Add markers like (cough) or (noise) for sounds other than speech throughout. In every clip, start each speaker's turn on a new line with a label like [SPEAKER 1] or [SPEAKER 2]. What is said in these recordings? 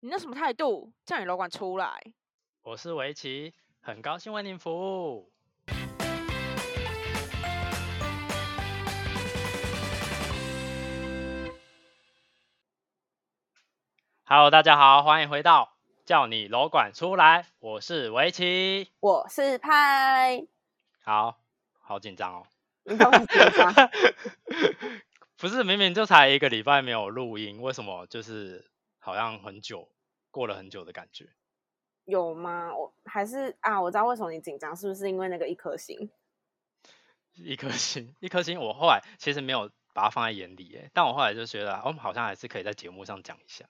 [SPEAKER 1] 你那什么态度？叫你楼管出来！
[SPEAKER 2] 我是围棋，很高兴为您服务。Hello，大家好，欢迎回到叫你楼管出来，我是围棋。
[SPEAKER 3] 我是派，
[SPEAKER 2] 好好紧张哦， (laughs)
[SPEAKER 3] 你到底是谁啊
[SPEAKER 2] 不是明明就才一个礼拜没有录音，为什么就是好像很久过了很久的感觉？
[SPEAKER 3] (laughs) 有吗？我还是啊，我知道为什么你紧张，是不是因为那个一颗星？
[SPEAKER 2] 一颗星，一颗星。我后来其实没有把它放在眼里，哎，但我后来就觉得，哦我们好像还是可以在节目上讲一下。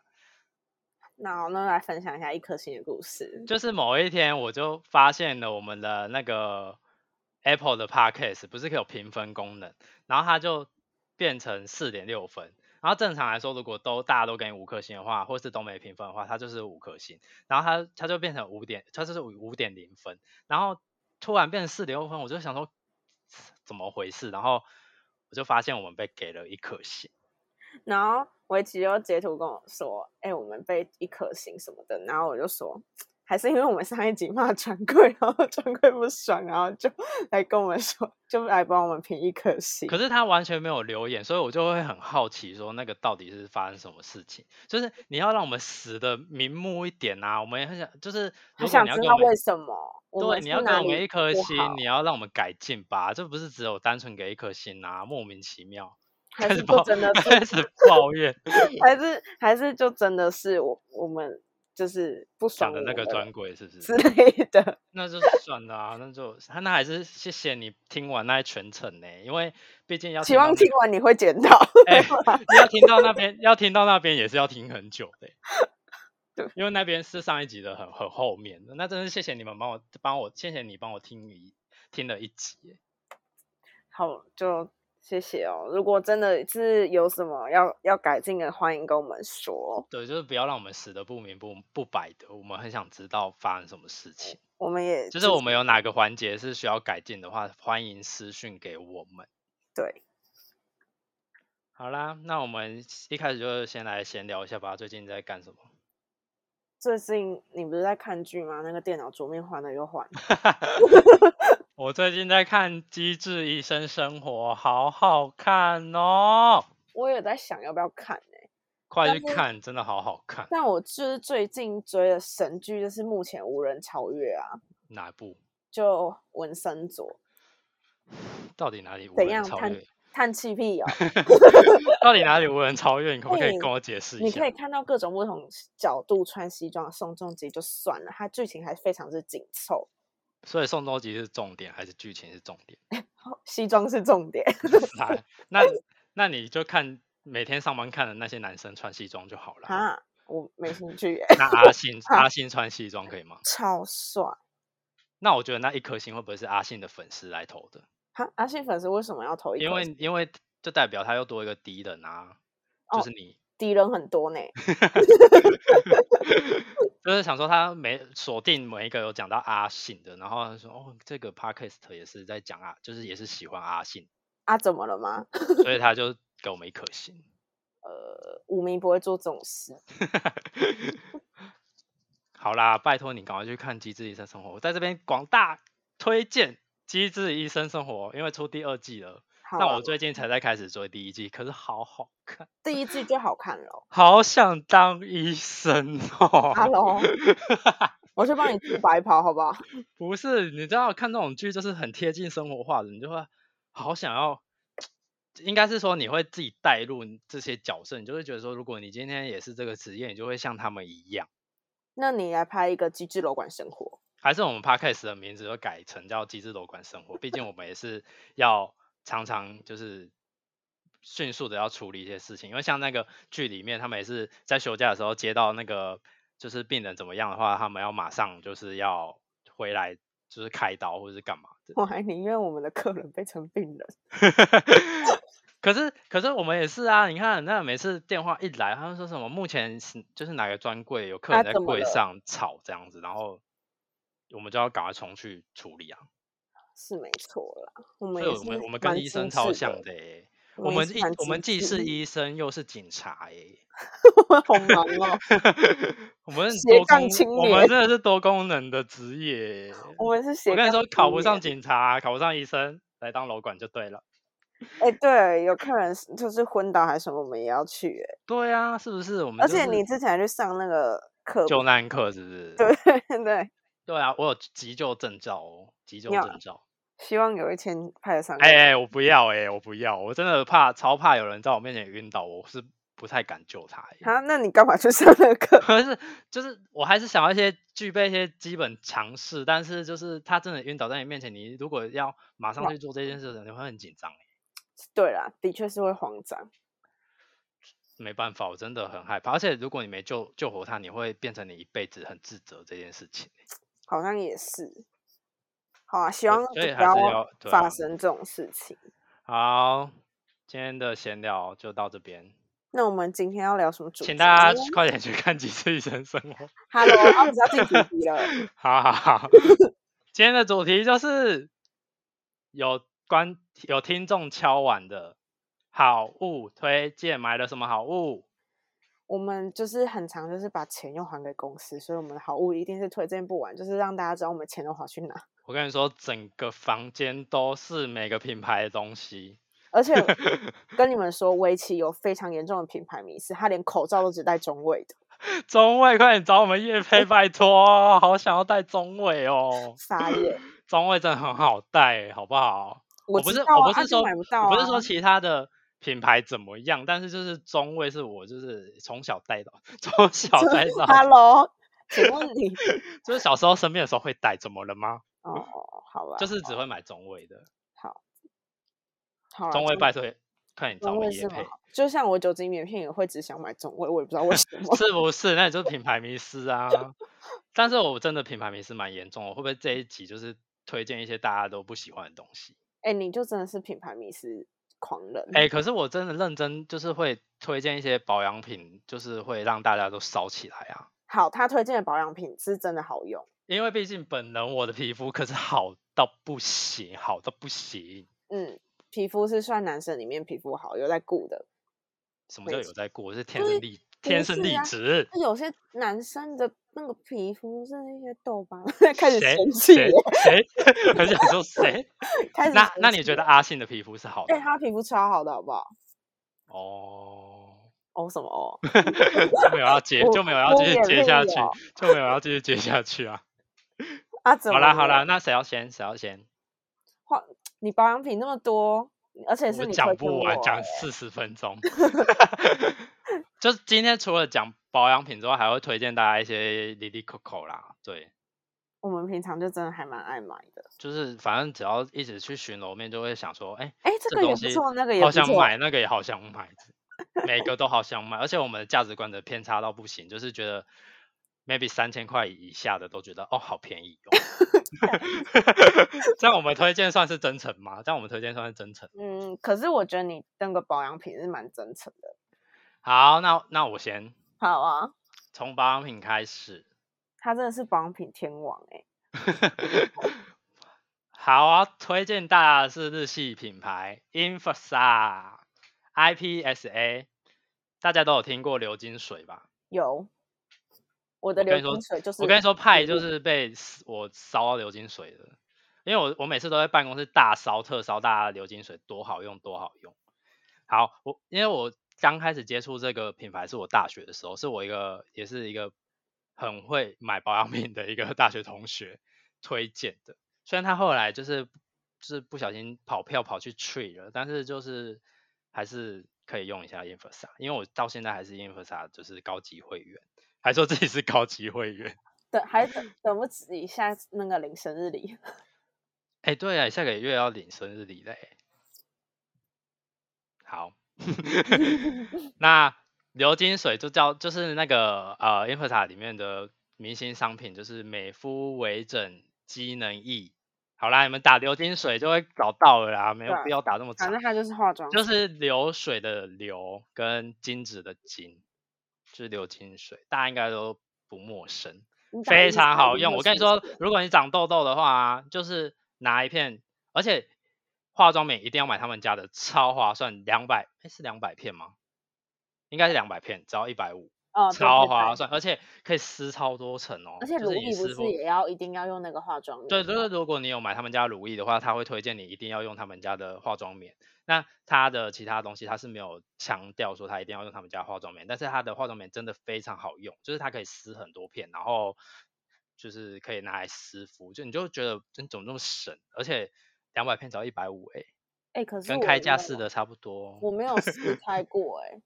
[SPEAKER 3] 那我那来分享一下一颗星的故事。
[SPEAKER 2] 就是某一天，我就发现了我们的那个 Apple 的 Podcast 不是有评分功能，然后它就变成四点六分。然后正常来说，如果都大家都给你五颗星的话，或是都没评分的话，它就是五颗星。然后它它就变成五点，它就是五点零分。然后突然变成四点六分，我就想说怎么回事？然后我就发现我们被给了一颗星。
[SPEAKER 3] 然后围棋就截图跟我说：“哎、我们被一颗星什么的。”然后我就说：“还是因为我们上一集骂专柜，然后专柜不爽，然后就来跟我们说，就来帮我们评一颗星。”
[SPEAKER 2] 可是他完全没有留言，所以我就会很好奇，说那个到底是发生什么事情？就是你要让我们死的明目一点啊！我们也很想，就是
[SPEAKER 3] 他
[SPEAKER 2] 如果
[SPEAKER 3] 想
[SPEAKER 2] 你要
[SPEAKER 3] 知
[SPEAKER 2] 给
[SPEAKER 3] 道
[SPEAKER 2] 我
[SPEAKER 3] 为
[SPEAKER 2] 们
[SPEAKER 3] 什么我
[SPEAKER 2] 对
[SPEAKER 3] 们
[SPEAKER 2] 你
[SPEAKER 3] 是
[SPEAKER 2] 要给
[SPEAKER 3] 哪
[SPEAKER 2] 我们
[SPEAKER 3] 里
[SPEAKER 2] 一颗
[SPEAKER 3] 不
[SPEAKER 2] 星
[SPEAKER 3] 好，
[SPEAKER 2] 你要让我们改进吧，这不是只有单纯给一颗星啊，莫名其妙
[SPEAKER 3] 还
[SPEAKER 2] 开
[SPEAKER 3] 是就
[SPEAKER 2] 始抱
[SPEAKER 3] 真的是
[SPEAKER 2] 开始
[SPEAKER 3] (laughs)
[SPEAKER 2] 抱怨
[SPEAKER 3] 还是还是就真的是我我们就是不爽
[SPEAKER 2] 讲的那
[SPEAKER 3] 我
[SPEAKER 2] 个
[SPEAKER 3] 们
[SPEAKER 2] 专柜是不
[SPEAKER 3] 之
[SPEAKER 2] 是？
[SPEAKER 3] 类的。
[SPEAKER 2] 那就算了啊，那就他那还是谢谢你听完那全程呢、因为毕 (laughs) 竟要
[SPEAKER 3] 希望
[SPEAKER 2] 听到
[SPEAKER 3] 听完你会捡到。 (laughs)
[SPEAKER 2] 哎、要听到那边，要听到那边也是要听很久的欸、
[SPEAKER 3] 对
[SPEAKER 2] 因为那边是上一集的很很后面的，那真是谢谢你们帮我帮我，谢谢你帮我听一听了一集欸、
[SPEAKER 3] 好，就谢谢哦。如果真的是有什么要要改进的，欢迎跟我们说，
[SPEAKER 2] 对，就是不要让我们死的不明不不白的，我们很想知道发生什么事情，
[SPEAKER 3] 我们也
[SPEAKER 2] 就是我们有哪个环节是需要改进的话，欢迎私讯给我们。
[SPEAKER 3] 对
[SPEAKER 2] 好啦，那我们一开始就先来闲聊一下吧，最近在干什么？
[SPEAKER 3] 最近你不是在看剧吗？那个电脑桌面换了又
[SPEAKER 2] (laughs)
[SPEAKER 3] 换，
[SPEAKER 2] 我最近在看《机智医生生活》，好好看哦！
[SPEAKER 3] 我也在想要不要看呢、
[SPEAKER 2] 快
[SPEAKER 3] 但
[SPEAKER 2] 去
[SPEAKER 3] 是
[SPEAKER 2] 看，真的好好看。
[SPEAKER 3] 但我就是最近追的神剧，就是目前无人超越啊，
[SPEAKER 2] 哪部？
[SPEAKER 3] 就《文森佐》。
[SPEAKER 2] 到底哪里无
[SPEAKER 3] 怎
[SPEAKER 2] 人
[SPEAKER 3] 样
[SPEAKER 2] 超
[SPEAKER 3] 看
[SPEAKER 2] 越？
[SPEAKER 3] 叹气屁哦，
[SPEAKER 2] 到底哪里无人超越？你可不可以
[SPEAKER 3] 哎
[SPEAKER 2] 跟我解释一
[SPEAKER 3] 你
[SPEAKER 2] 下
[SPEAKER 3] 可以？看到各种不同角度穿西装的宋仲基就算了，他剧情还非常之紧凑， (laughs)
[SPEAKER 2] 所以宋仲基是重点还是剧情是重点？
[SPEAKER 3] 西装是重点。
[SPEAKER 2] 那那
[SPEAKER 3] (laughs)
[SPEAKER 2] 那你就看每天上班看的那些男生穿西装就好了。
[SPEAKER 3] 哈，我没兴趣耶， (laughs)
[SPEAKER 2] 那阿信阿信穿西装可以吗？
[SPEAKER 3] 超帅。
[SPEAKER 2] 那我觉得那一颗星会不会是阿信的粉丝来投的？
[SPEAKER 3] 哈，阿信粉丝为什么要投一颗？
[SPEAKER 2] 因为因为就代表他又多一个敌人啊，
[SPEAKER 3] 哦
[SPEAKER 2] 就是你。
[SPEAKER 3] 敌人很多呢。
[SPEAKER 2] 就是想说他每锁定每一个有讲到阿信的，然后他说哦，这个 podcast 也是在讲啊，就是也是喜欢阿信，
[SPEAKER 3] 啊，怎么了吗？ (laughs)
[SPEAKER 2] 所以他就给我们一颗星。 (laughs)
[SPEAKER 3] 呃，武明不会做这种事。
[SPEAKER 2] 好啦，拜托你赶快去看《机智医生生活》，我在这边广大推荐《机智医生生活》，因为出第二季了。
[SPEAKER 3] 好
[SPEAKER 2] 但
[SPEAKER 3] 啊，
[SPEAKER 2] 我最近才在开始追第一季，可是好好看，
[SPEAKER 3] 第一季就好看了。
[SPEAKER 2] 好想当医生哦。 (laughs)
[SPEAKER 3] Hello，我去帮你涂白袍，好不好？
[SPEAKER 2] 不是，你知道看这种剧就是很贴近生活化的，你就会好想要，应该是说你会自己带入这些角色，你就会觉得说，如果你今天也是这个职业，你就会像他们一样。
[SPEAKER 3] 那你来拍一个《机智楼管生活》。
[SPEAKER 2] 还是我们 podcast 的名字就改成叫《机智楼管生活》，毕竟我们也是要常常就是迅速的要处理一些事情，因为像那个剧里面，他们也是在休假的时候接到那个就是病人怎么样的话，他们要马上就是要回来，就是开刀或者是干嘛的。
[SPEAKER 3] 我还宁愿我们的客人变成病人。
[SPEAKER 2] (laughs) 可是可是我们也是啊，你看那每次电话一来，他们说什么目前是就是哪个专柜有客
[SPEAKER 3] 啊
[SPEAKER 2] 人在
[SPEAKER 3] 怎么
[SPEAKER 2] 柜
[SPEAKER 3] 了
[SPEAKER 2] 上吵这样子，然后我们就要赶快冲去处理啊。
[SPEAKER 3] 是没错啦，我
[SPEAKER 2] 所
[SPEAKER 3] 们
[SPEAKER 2] 以
[SPEAKER 3] 也
[SPEAKER 2] 我
[SPEAKER 3] 是
[SPEAKER 2] 们我们
[SPEAKER 3] 蛮
[SPEAKER 2] 跟医
[SPEAKER 3] 精
[SPEAKER 2] 生超
[SPEAKER 3] 致的
[SPEAKER 2] 像的、欸，我
[SPEAKER 3] 也
[SPEAKER 2] 们
[SPEAKER 3] 是
[SPEAKER 2] 一
[SPEAKER 3] 蛮
[SPEAKER 2] 我们
[SPEAKER 3] 极
[SPEAKER 2] 既是
[SPEAKER 3] 致
[SPEAKER 2] 医生又是警察耶、 (laughs)
[SPEAKER 3] 好忙哦。
[SPEAKER 2] 我们是
[SPEAKER 3] 斜
[SPEAKER 2] 多
[SPEAKER 3] 杠
[SPEAKER 2] 功
[SPEAKER 3] 青
[SPEAKER 2] 我们
[SPEAKER 3] 年
[SPEAKER 2] 真的是多功能的职业耶、
[SPEAKER 3] 我们是斜
[SPEAKER 2] 我跟你
[SPEAKER 3] 杠
[SPEAKER 2] 说，考
[SPEAKER 3] 青
[SPEAKER 2] 不上
[SPEAKER 3] 年，
[SPEAKER 2] 警察，考不上医生，来当楼管就对了。
[SPEAKER 3] 哎、对，有客人是就是昏倒还是什么，我们也要去、哎，
[SPEAKER 2] 对啊，是不是？我们
[SPEAKER 3] 而
[SPEAKER 2] 就
[SPEAKER 3] 且
[SPEAKER 2] 是
[SPEAKER 3] 你之前还去上那个 (laughs) 课，
[SPEAKER 2] 救难课是不是？
[SPEAKER 3] 对对，
[SPEAKER 2] 对啊，我有急救证照哦，急救
[SPEAKER 3] 要
[SPEAKER 2] 证照。
[SPEAKER 3] 希望有一天派得上。
[SPEAKER 2] 哎、哎，我不要哎、我不要，我真的怕超怕有人在我面前晕倒，我是不太敢救他、欸。
[SPEAKER 3] 好，啊那你干嘛去上那个课？(laughs)
[SPEAKER 2] (laughs) 可是就是我还是想要一些具备一些基本常识，但是就是他真的晕倒在你面前，你如果要马上
[SPEAKER 3] 哇
[SPEAKER 2] 去做这件事情，你会很紧张、欸。
[SPEAKER 3] 对啦，的确是会慌张。
[SPEAKER 2] 没办法，我真的很害怕，而且如果你没救救活他，你会变成你一辈子很自责这件事情。
[SPEAKER 3] 好像也是。好啊，希
[SPEAKER 2] 对
[SPEAKER 3] 望
[SPEAKER 2] 所
[SPEAKER 3] 就
[SPEAKER 2] 以
[SPEAKER 3] 不
[SPEAKER 2] 还是
[SPEAKER 3] 要
[SPEAKER 2] 要对啊
[SPEAKER 3] 发生这种事情。
[SPEAKER 2] 好，今天的闲聊就到这边，
[SPEAKER 3] 那我们今天要聊什么主题
[SPEAKER 2] 请
[SPEAKER 3] 呢？
[SPEAKER 2] 大家快点去看《极致医生生活》。
[SPEAKER 3] Hello，啊，我们要进主
[SPEAKER 2] (laughs)
[SPEAKER 3] 题了。
[SPEAKER 2] 好好好，今天的主题就是有关有听众敲碗的好物推荐，买了什么好物？
[SPEAKER 3] 我们就是很常就是把钱又还给公司，所以我们的好物一定是推荐不完，就是让大家知道我们钱都花去哪。
[SPEAKER 2] 我跟你说，整个房间都是每个品牌的东西。
[SPEAKER 3] 而
[SPEAKER 2] (laughs)
[SPEAKER 3] 且跟你们说，围棋有非常严重的品牌迷失，他连口罩都只戴中位的，
[SPEAKER 2] 中卫，快点找我们叶飞，拜托，好想要戴中卫哦。
[SPEAKER 3] 傻
[SPEAKER 2] (laughs)
[SPEAKER 3] 眼。
[SPEAKER 2] 中卫真的很好戴，好不好？我不
[SPEAKER 3] 知
[SPEAKER 2] 是
[SPEAKER 3] 道、啊，
[SPEAKER 2] 我不
[SPEAKER 3] 啊
[SPEAKER 2] 是
[SPEAKER 3] 就
[SPEAKER 2] 说
[SPEAKER 3] 买不到、啊，
[SPEAKER 2] 我不是说其他的品牌怎么样，但是就是中卫是我就是从小戴到从小
[SPEAKER 3] 就
[SPEAKER 2] 戴到
[SPEAKER 3] (laughs)
[SPEAKER 2] (laughs)
[SPEAKER 3] Hello，请问你
[SPEAKER 2] 就是小时候生病的时候会戴，怎么了吗？
[SPEAKER 3] 哦，好吧，
[SPEAKER 2] 就是只会买中卫的，
[SPEAKER 3] 好啦
[SPEAKER 2] 中卫
[SPEAKER 3] 就
[SPEAKER 2] 拜托快点找
[SPEAKER 3] 啊中
[SPEAKER 2] 我
[SPEAKER 3] 位
[SPEAKER 2] 们
[SPEAKER 3] 是
[SPEAKER 2] 叶
[SPEAKER 3] 吗
[SPEAKER 2] 配，？
[SPEAKER 3] 就像我酒精棉片也会只想买中位，我也不知道为什
[SPEAKER 2] (laughs)
[SPEAKER 3] 么。
[SPEAKER 2] 是不是？那你就是品牌迷失啊！但是我真的品牌迷失蛮严重的，会不会这一集就是推荐一些大家都不喜欢的东西？
[SPEAKER 3] 哎、你就真的是品牌迷失狂人。
[SPEAKER 2] 哎、可是我真的认真就是会推荐一些保养品，就是会让大家都烧起来啊！
[SPEAKER 3] 好，他推荐的保养品是真的好用。
[SPEAKER 2] 因为毕竟本人我的皮肤可是好到不行，好到不行。
[SPEAKER 3] 嗯，皮肤是算男生里面皮肤好有在顾的。
[SPEAKER 2] 什么
[SPEAKER 3] 没
[SPEAKER 2] 叫
[SPEAKER 3] 错
[SPEAKER 2] 有在过？我是天
[SPEAKER 3] 就是
[SPEAKER 2] 生丽，天
[SPEAKER 3] 是
[SPEAKER 2] 生丽
[SPEAKER 3] 啊
[SPEAKER 2] 质。
[SPEAKER 3] 那有些男生的那个皮肤是那些痘疤， (laughs) 开始
[SPEAKER 2] 谁
[SPEAKER 3] 生气
[SPEAKER 2] 谁
[SPEAKER 3] 了，
[SPEAKER 2] 谁？ (laughs) 很想说谁？
[SPEAKER 3] 开始
[SPEAKER 2] 那
[SPEAKER 3] 生
[SPEAKER 2] 那你
[SPEAKER 3] 气
[SPEAKER 2] 觉得
[SPEAKER 3] 了？
[SPEAKER 2] 阿信的皮肤是好的
[SPEAKER 3] 哎、
[SPEAKER 2] 吗？
[SPEAKER 3] 他皮肤超好的，好不好？啊 (laughs)
[SPEAKER 2] 哦，
[SPEAKER 3] 哦什么哦？
[SPEAKER 2] 就没有要接，
[SPEAKER 3] 我
[SPEAKER 2] 就没有要
[SPEAKER 3] 敷
[SPEAKER 2] 继续
[SPEAKER 3] 衍
[SPEAKER 2] 接下
[SPEAKER 3] 利
[SPEAKER 2] 去
[SPEAKER 3] 诱，
[SPEAKER 2] 就没有要继续接下去啊！
[SPEAKER 3] (laughs) 啊， (laughs) 怎
[SPEAKER 2] 好
[SPEAKER 3] 么
[SPEAKER 2] 啦好
[SPEAKER 3] 了
[SPEAKER 2] 啦，，那谁要先？谁要先？
[SPEAKER 3] 你保养品那么多，而且是
[SPEAKER 2] 我
[SPEAKER 3] 你
[SPEAKER 2] 讲
[SPEAKER 3] 推荐
[SPEAKER 2] 不完，
[SPEAKER 3] 我欸
[SPEAKER 2] 讲四十分
[SPEAKER 3] (laughs)
[SPEAKER 2] 钟。就是今天除了讲保养品之外，还会推荐大家一些 Lily Coco 啦，对，
[SPEAKER 3] 我们平常就真的还蛮爱买的。
[SPEAKER 2] 就是反正只要一直去巡楼面，就会想说，哎、
[SPEAKER 3] 哎，这
[SPEAKER 2] 这
[SPEAKER 3] 个也
[SPEAKER 2] 东
[SPEAKER 3] 不
[SPEAKER 2] 西
[SPEAKER 3] 错，那个也
[SPEAKER 2] 好
[SPEAKER 3] 不
[SPEAKER 2] 想
[SPEAKER 3] 错。
[SPEAKER 2] 买，那个也好想买，每个都好想买，而且我们的价值观的偏差到不行，就是觉得 maybe 三千块以下的都觉得哦好便宜哦。 (laughs) 这样我们推荐算是真诚吗？这样我们推荐算是真诚。
[SPEAKER 3] 嗯，可是我觉得你那个保养品是蛮真诚的。
[SPEAKER 2] 好，那那我先
[SPEAKER 3] 好啊，
[SPEAKER 2] 从保养品开始。
[SPEAKER 3] 他真的是保养品天王哎、
[SPEAKER 2] 好啊，推荐大家的是日系品牌 Infasa，IPSA，大家都有听过流金水吧？
[SPEAKER 3] 有我
[SPEAKER 2] 我
[SPEAKER 3] 的
[SPEAKER 2] 跟
[SPEAKER 3] 流
[SPEAKER 2] 你说
[SPEAKER 3] 金水就是
[SPEAKER 2] 我跟你说，派就
[SPEAKER 3] 嗯
[SPEAKER 2] 是被烧我烧到流金水的，因为我我每次都在办公室大烧特烧大家的流金水，多好用多好用。好，我因为我刚开始接触这个品牌是我大学的时候，是我一个也是一个很会买保养品的一个大学同学推荐的，虽然他后来就是就是不小心跑票跑去 Tree 了，但是就是还是可以用一下 Infosa，因为我到现在还是 Infosa 就是高级会员，还说自己是高级会员。
[SPEAKER 3] 等还等等不及下次那个领生日礼，
[SPEAKER 2] 哎、对啊，下个月要领生日礼嘞。好， (laughs) 那流金水就叫就是那个呃 i n f o s a 里面的明星商品，就是美肤微整机能液。好啦，你们打流金水就会找到了啦，没有
[SPEAKER 3] 对啊
[SPEAKER 2] 必要打那么
[SPEAKER 3] 反
[SPEAKER 2] 长
[SPEAKER 3] 正。它就是化妆水。
[SPEAKER 2] 就是流水的流跟金子的金，就是流金水，大家应该都不陌生。
[SPEAKER 3] 你打
[SPEAKER 2] 非
[SPEAKER 3] 一
[SPEAKER 2] 常
[SPEAKER 3] 三
[SPEAKER 2] 好
[SPEAKER 3] 一
[SPEAKER 2] 用。
[SPEAKER 3] 就
[SPEAKER 2] 我跟你
[SPEAKER 3] 出
[SPEAKER 2] 说
[SPEAKER 3] 现，
[SPEAKER 2] 如果你长痘痘的话，就是拿一片，而且化妆棉一定要买他们家的，超划算，两百，哎是两百片吗？应该是两百片，只要一百五，
[SPEAKER 3] 哦，对
[SPEAKER 2] 超
[SPEAKER 3] 对
[SPEAKER 2] 划
[SPEAKER 3] 对
[SPEAKER 2] 算，而且可以撕超多层哦。
[SPEAKER 3] 而且
[SPEAKER 2] 就
[SPEAKER 3] 乳
[SPEAKER 2] 是
[SPEAKER 3] 液
[SPEAKER 2] 你
[SPEAKER 3] 不
[SPEAKER 2] 撕
[SPEAKER 3] 是
[SPEAKER 2] 破
[SPEAKER 3] 也要一定要用那个化妆棉？
[SPEAKER 2] 对，就是如果你有买他们家乳液的话，他会推荐你一定要用他们家的化妆棉。那他的其他东西他是没有强调说他一定要用他们家化妆棉，但是他的化妆棉真的非常好用，就是它可以撕很多片，然后就是可以拿来湿敷，就你就觉得真怎么这么省，而且两百片只要一百五哎，
[SPEAKER 3] 哎、可是
[SPEAKER 2] 跟
[SPEAKER 3] 我
[SPEAKER 2] 开
[SPEAKER 3] 没有
[SPEAKER 2] 架
[SPEAKER 3] 啊
[SPEAKER 2] 式的差不多。
[SPEAKER 3] 我没有试
[SPEAKER 2] (laughs)
[SPEAKER 3] 开过哎、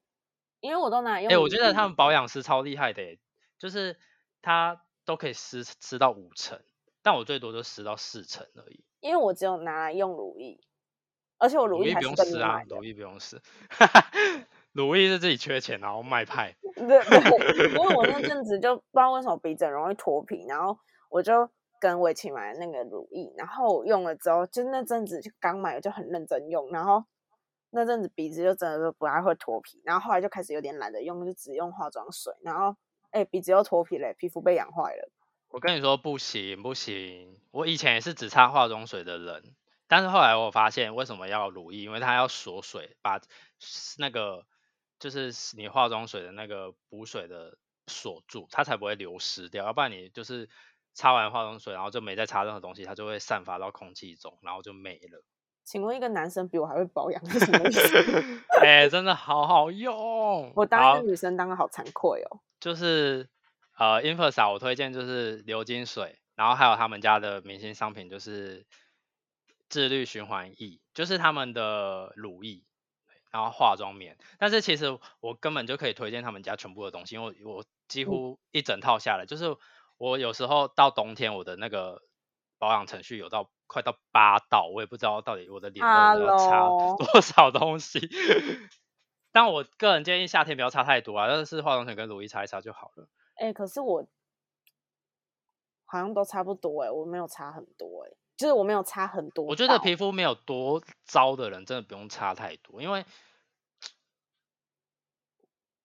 [SPEAKER 3] 因为我都拿来用。啊
[SPEAKER 2] 哎、我觉得他们保养师超厉害的欸，就是他都可以湿湿到五成，但我最多就湿到四成而已。
[SPEAKER 3] 因为我只有拿来用乳液，而且我
[SPEAKER 2] 乳
[SPEAKER 3] 液
[SPEAKER 2] 液
[SPEAKER 3] 还
[SPEAKER 2] 不
[SPEAKER 3] 是
[SPEAKER 2] 用
[SPEAKER 3] 跟你
[SPEAKER 2] 试啊
[SPEAKER 3] 买，的。
[SPEAKER 2] 乳液不用试。 (laughs) 乳液是自己缺钱然后卖派，
[SPEAKER 3] 对对，因为我那阵子就不知道为什么鼻子很容易脱皮，然后我就跟伟琴买了那个乳液，然后我用了之后，就那阵子就刚买我就很认真用，然后那阵子鼻子就真的是不太会脱皮，然后后来就开始有点懒得用，就只用化妆水，然后哎、鼻子又脱皮嘞，皮肤被养坏了。
[SPEAKER 2] 我跟你说不行不行，我以前也是只擦化妆水的人，但是后来我发现为什么要乳液，因为它要锁水，把那个就是你化妆水的那个补水的锁住，它才不会流失掉，要不然你就是擦完化妆水然后就没再擦任何东西，它就会散发到空气中，然后就没了。 (laughs)
[SPEAKER 3] 请问一个男生比我还会保养是什么意思？
[SPEAKER 2] 哎、真的好好用，
[SPEAKER 3] 我当
[SPEAKER 2] 好
[SPEAKER 3] 一个女生当的好惭愧哦。
[SPEAKER 2] 就是呃 i n f o s a 我推荐就是流金水，然后还有他们家的明星商品就是自律循环液，就是他们的乳液，然后化妆棉。但是其实我根本就可以推荐他们家全部的东西，因为我我几乎一整套下来，就是我有时候到冬天我的那个保养程序有到。快到八道，我也不知道到底我的脸到底要擦
[SPEAKER 3] Hello
[SPEAKER 2] (laughs) 多少东西。但我个人建议夏天不要擦太多啊，但是化妆水跟乳液擦一擦就好了。
[SPEAKER 3] 哎、可是我好像都差不多哎、我没有差很多哎、就是我没有差很多到。
[SPEAKER 2] 我觉得皮肤没有多糟的人，真的不用擦太多，因为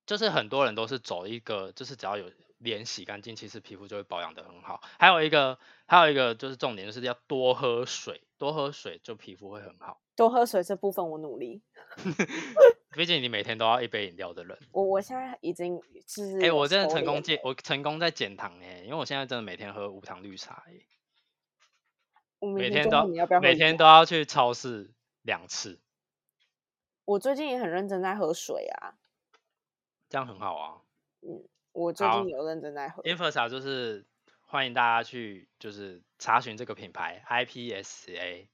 [SPEAKER 2] 就是很多人都是走一个，就是只要有脸洗干净，其实皮肤就会保养的很好。还有一个，还有一个就是重点就是要多喝水，多喝水就皮肤会很好。
[SPEAKER 3] 多喝水这部分我努力，
[SPEAKER 2] 毕竟你每天都要一杯饮料的人，
[SPEAKER 3] 我我现在已经就是
[SPEAKER 2] 哎、
[SPEAKER 3] 有
[SPEAKER 2] 我真的
[SPEAKER 3] 收
[SPEAKER 2] 成功
[SPEAKER 3] 敛
[SPEAKER 2] 戒
[SPEAKER 3] 了，
[SPEAKER 2] 我成功在减糖哎、因为我现在真的每天喝无糖绿茶、欸，
[SPEAKER 3] 我
[SPEAKER 2] 每
[SPEAKER 3] 明
[SPEAKER 2] 天
[SPEAKER 3] 就
[SPEAKER 2] 都
[SPEAKER 3] 问你要不要喝
[SPEAKER 2] 每
[SPEAKER 3] 饮
[SPEAKER 2] 天
[SPEAKER 3] 料
[SPEAKER 2] 都要去超市两次，
[SPEAKER 3] 我最近也很认真在喝水啊，
[SPEAKER 2] 这样很好啊。
[SPEAKER 3] 我最
[SPEAKER 2] 好
[SPEAKER 3] 近有认真在喝
[SPEAKER 2] i，n f o s a 就是欢迎大家去就是查询这个品牌 IPSA，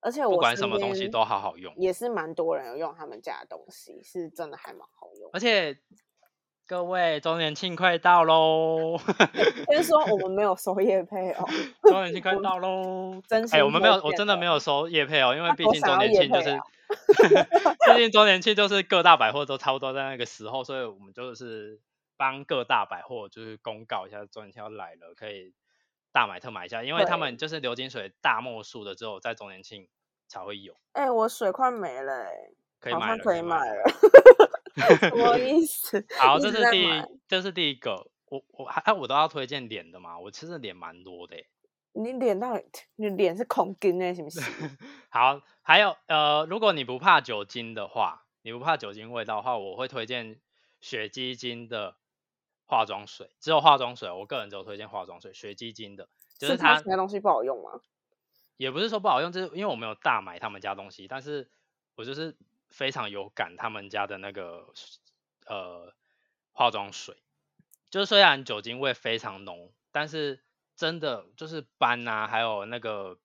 [SPEAKER 3] 而且我
[SPEAKER 2] 不管
[SPEAKER 3] 身
[SPEAKER 2] 什么东西
[SPEAKER 3] 边
[SPEAKER 2] 都好好用，
[SPEAKER 3] 也是蛮多人有用他们家的东西，是真的还蛮好用的
[SPEAKER 2] 而。且各位周年庆快
[SPEAKER 3] (laughs)
[SPEAKER 2] 到喽！
[SPEAKER 3] 就是说我们没有收业配
[SPEAKER 2] (laughs)
[SPEAKER 3] 哦，
[SPEAKER 2] 周年庆快到喽！
[SPEAKER 3] 真
[SPEAKER 2] 哎、
[SPEAKER 3] 心
[SPEAKER 2] 我们没有，
[SPEAKER 3] 推
[SPEAKER 2] 我
[SPEAKER 3] 荐
[SPEAKER 2] 真的
[SPEAKER 3] 的
[SPEAKER 2] 没有收叶配哦，因为
[SPEAKER 3] 那
[SPEAKER 2] 毕
[SPEAKER 3] 我
[SPEAKER 2] 竟
[SPEAKER 3] 想
[SPEAKER 2] 周
[SPEAKER 3] 要
[SPEAKER 2] 年
[SPEAKER 3] 业
[SPEAKER 2] 庆就
[SPEAKER 3] 配
[SPEAKER 2] 是
[SPEAKER 3] 啊， (laughs)
[SPEAKER 2] 毕竟周年庆就是各大百货都差不多在那个时候，所以我们就是帮各大百货就是公告一下周年庆要来了，可以大买特买一下，因为他
[SPEAKER 3] 对
[SPEAKER 2] 们就是流金水大末数的，只有在周年庆才会有，
[SPEAKER 3] 哎、我水快没了、欸，
[SPEAKER 2] 可以
[SPEAKER 3] 好
[SPEAKER 2] 买
[SPEAKER 3] 像
[SPEAKER 2] 了，
[SPEAKER 3] 可以
[SPEAKER 2] 买
[SPEAKER 3] 买了。什么
[SPEAKER 2] (laughs)
[SPEAKER 3] 意思？
[SPEAKER 2] 好，
[SPEAKER 3] 一
[SPEAKER 2] 这
[SPEAKER 3] 直
[SPEAKER 2] 是
[SPEAKER 3] 在
[SPEAKER 2] 第
[SPEAKER 3] 买
[SPEAKER 2] 这是第一个，我我还哎我都要推荐脸的嘛，我其实脸蛮多的欸、
[SPEAKER 3] 你脸到底，你脸是恐惊哎，是不是？
[SPEAKER 2] 好，还有呃，如果你不怕酒精的话，你不怕酒精味道的话，我会推荐雪肌精的化妆水，只有化妆水，我个人只有推荐化妆水，雪肌精的， (laughs) 就是
[SPEAKER 3] 是
[SPEAKER 2] 它
[SPEAKER 3] 其他东西不好用吗？
[SPEAKER 2] 也不是说不好用，就是因为我没有大买他们家东西，但是我就是非常有感他们家的那个呃化妆水，就是虽然酒精味非常浓，但是真的就是斑啊，还有那个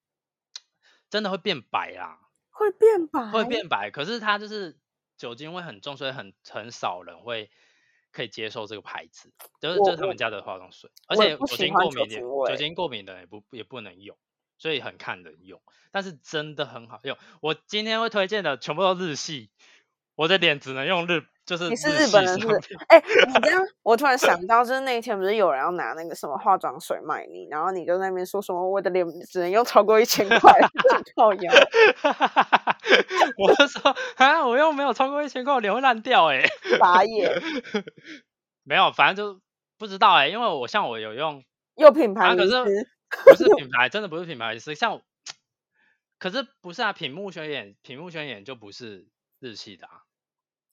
[SPEAKER 2] 真的会变白啦。
[SPEAKER 3] 会变白，
[SPEAKER 2] 会。变白，可是它就是酒精味很重，所以很很少人会可以接受这个牌子，就是
[SPEAKER 3] 我
[SPEAKER 2] 就是他
[SPEAKER 3] 我
[SPEAKER 2] 们家的化妆水，而
[SPEAKER 3] 我也
[SPEAKER 2] 且
[SPEAKER 3] 不
[SPEAKER 2] 酒
[SPEAKER 3] 喜
[SPEAKER 2] 精
[SPEAKER 3] 欢
[SPEAKER 2] 过
[SPEAKER 3] 酒
[SPEAKER 2] 敏的
[SPEAKER 3] 精
[SPEAKER 2] 酒
[SPEAKER 3] 味
[SPEAKER 2] 精过敏的人也不也不能用，所以很看人用，但是真的很好用。我今天会推荐的全部都日系，我的脸只能用日，就是
[SPEAKER 3] 你是
[SPEAKER 2] 日
[SPEAKER 3] 日
[SPEAKER 2] 系
[SPEAKER 3] 本人
[SPEAKER 2] 商
[SPEAKER 3] 是不是
[SPEAKER 2] 品 (laughs)
[SPEAKER 3] 哎、你这样，我突然想到，就是那一天不是有人要拿那个什么化妆水卖你，然后你就在那边说什么我的脸只能用超过一千块， (laughs) 靠腰。
[SPEAKER 2] 我就说啊，我又没有超过一千块，我脸会烂掉哎、
[SPEAKER 3] 拔野
[SPEAKER 2] (laughs) 没有，反正就不知道哎、因为我像我有用
[SPEAKER 3] 又品牌
[SPEAKER 2] 啊，可
[SPEAKER 3] 迷
[SPEAKER 2] 是
[SPEAKER 3] 失， (laughs)
[SPEAKER 2] 不是品牌，真的不是品牌，是像可是不是啊？屏幕宣言，屏幕宣言就不是日系的啊。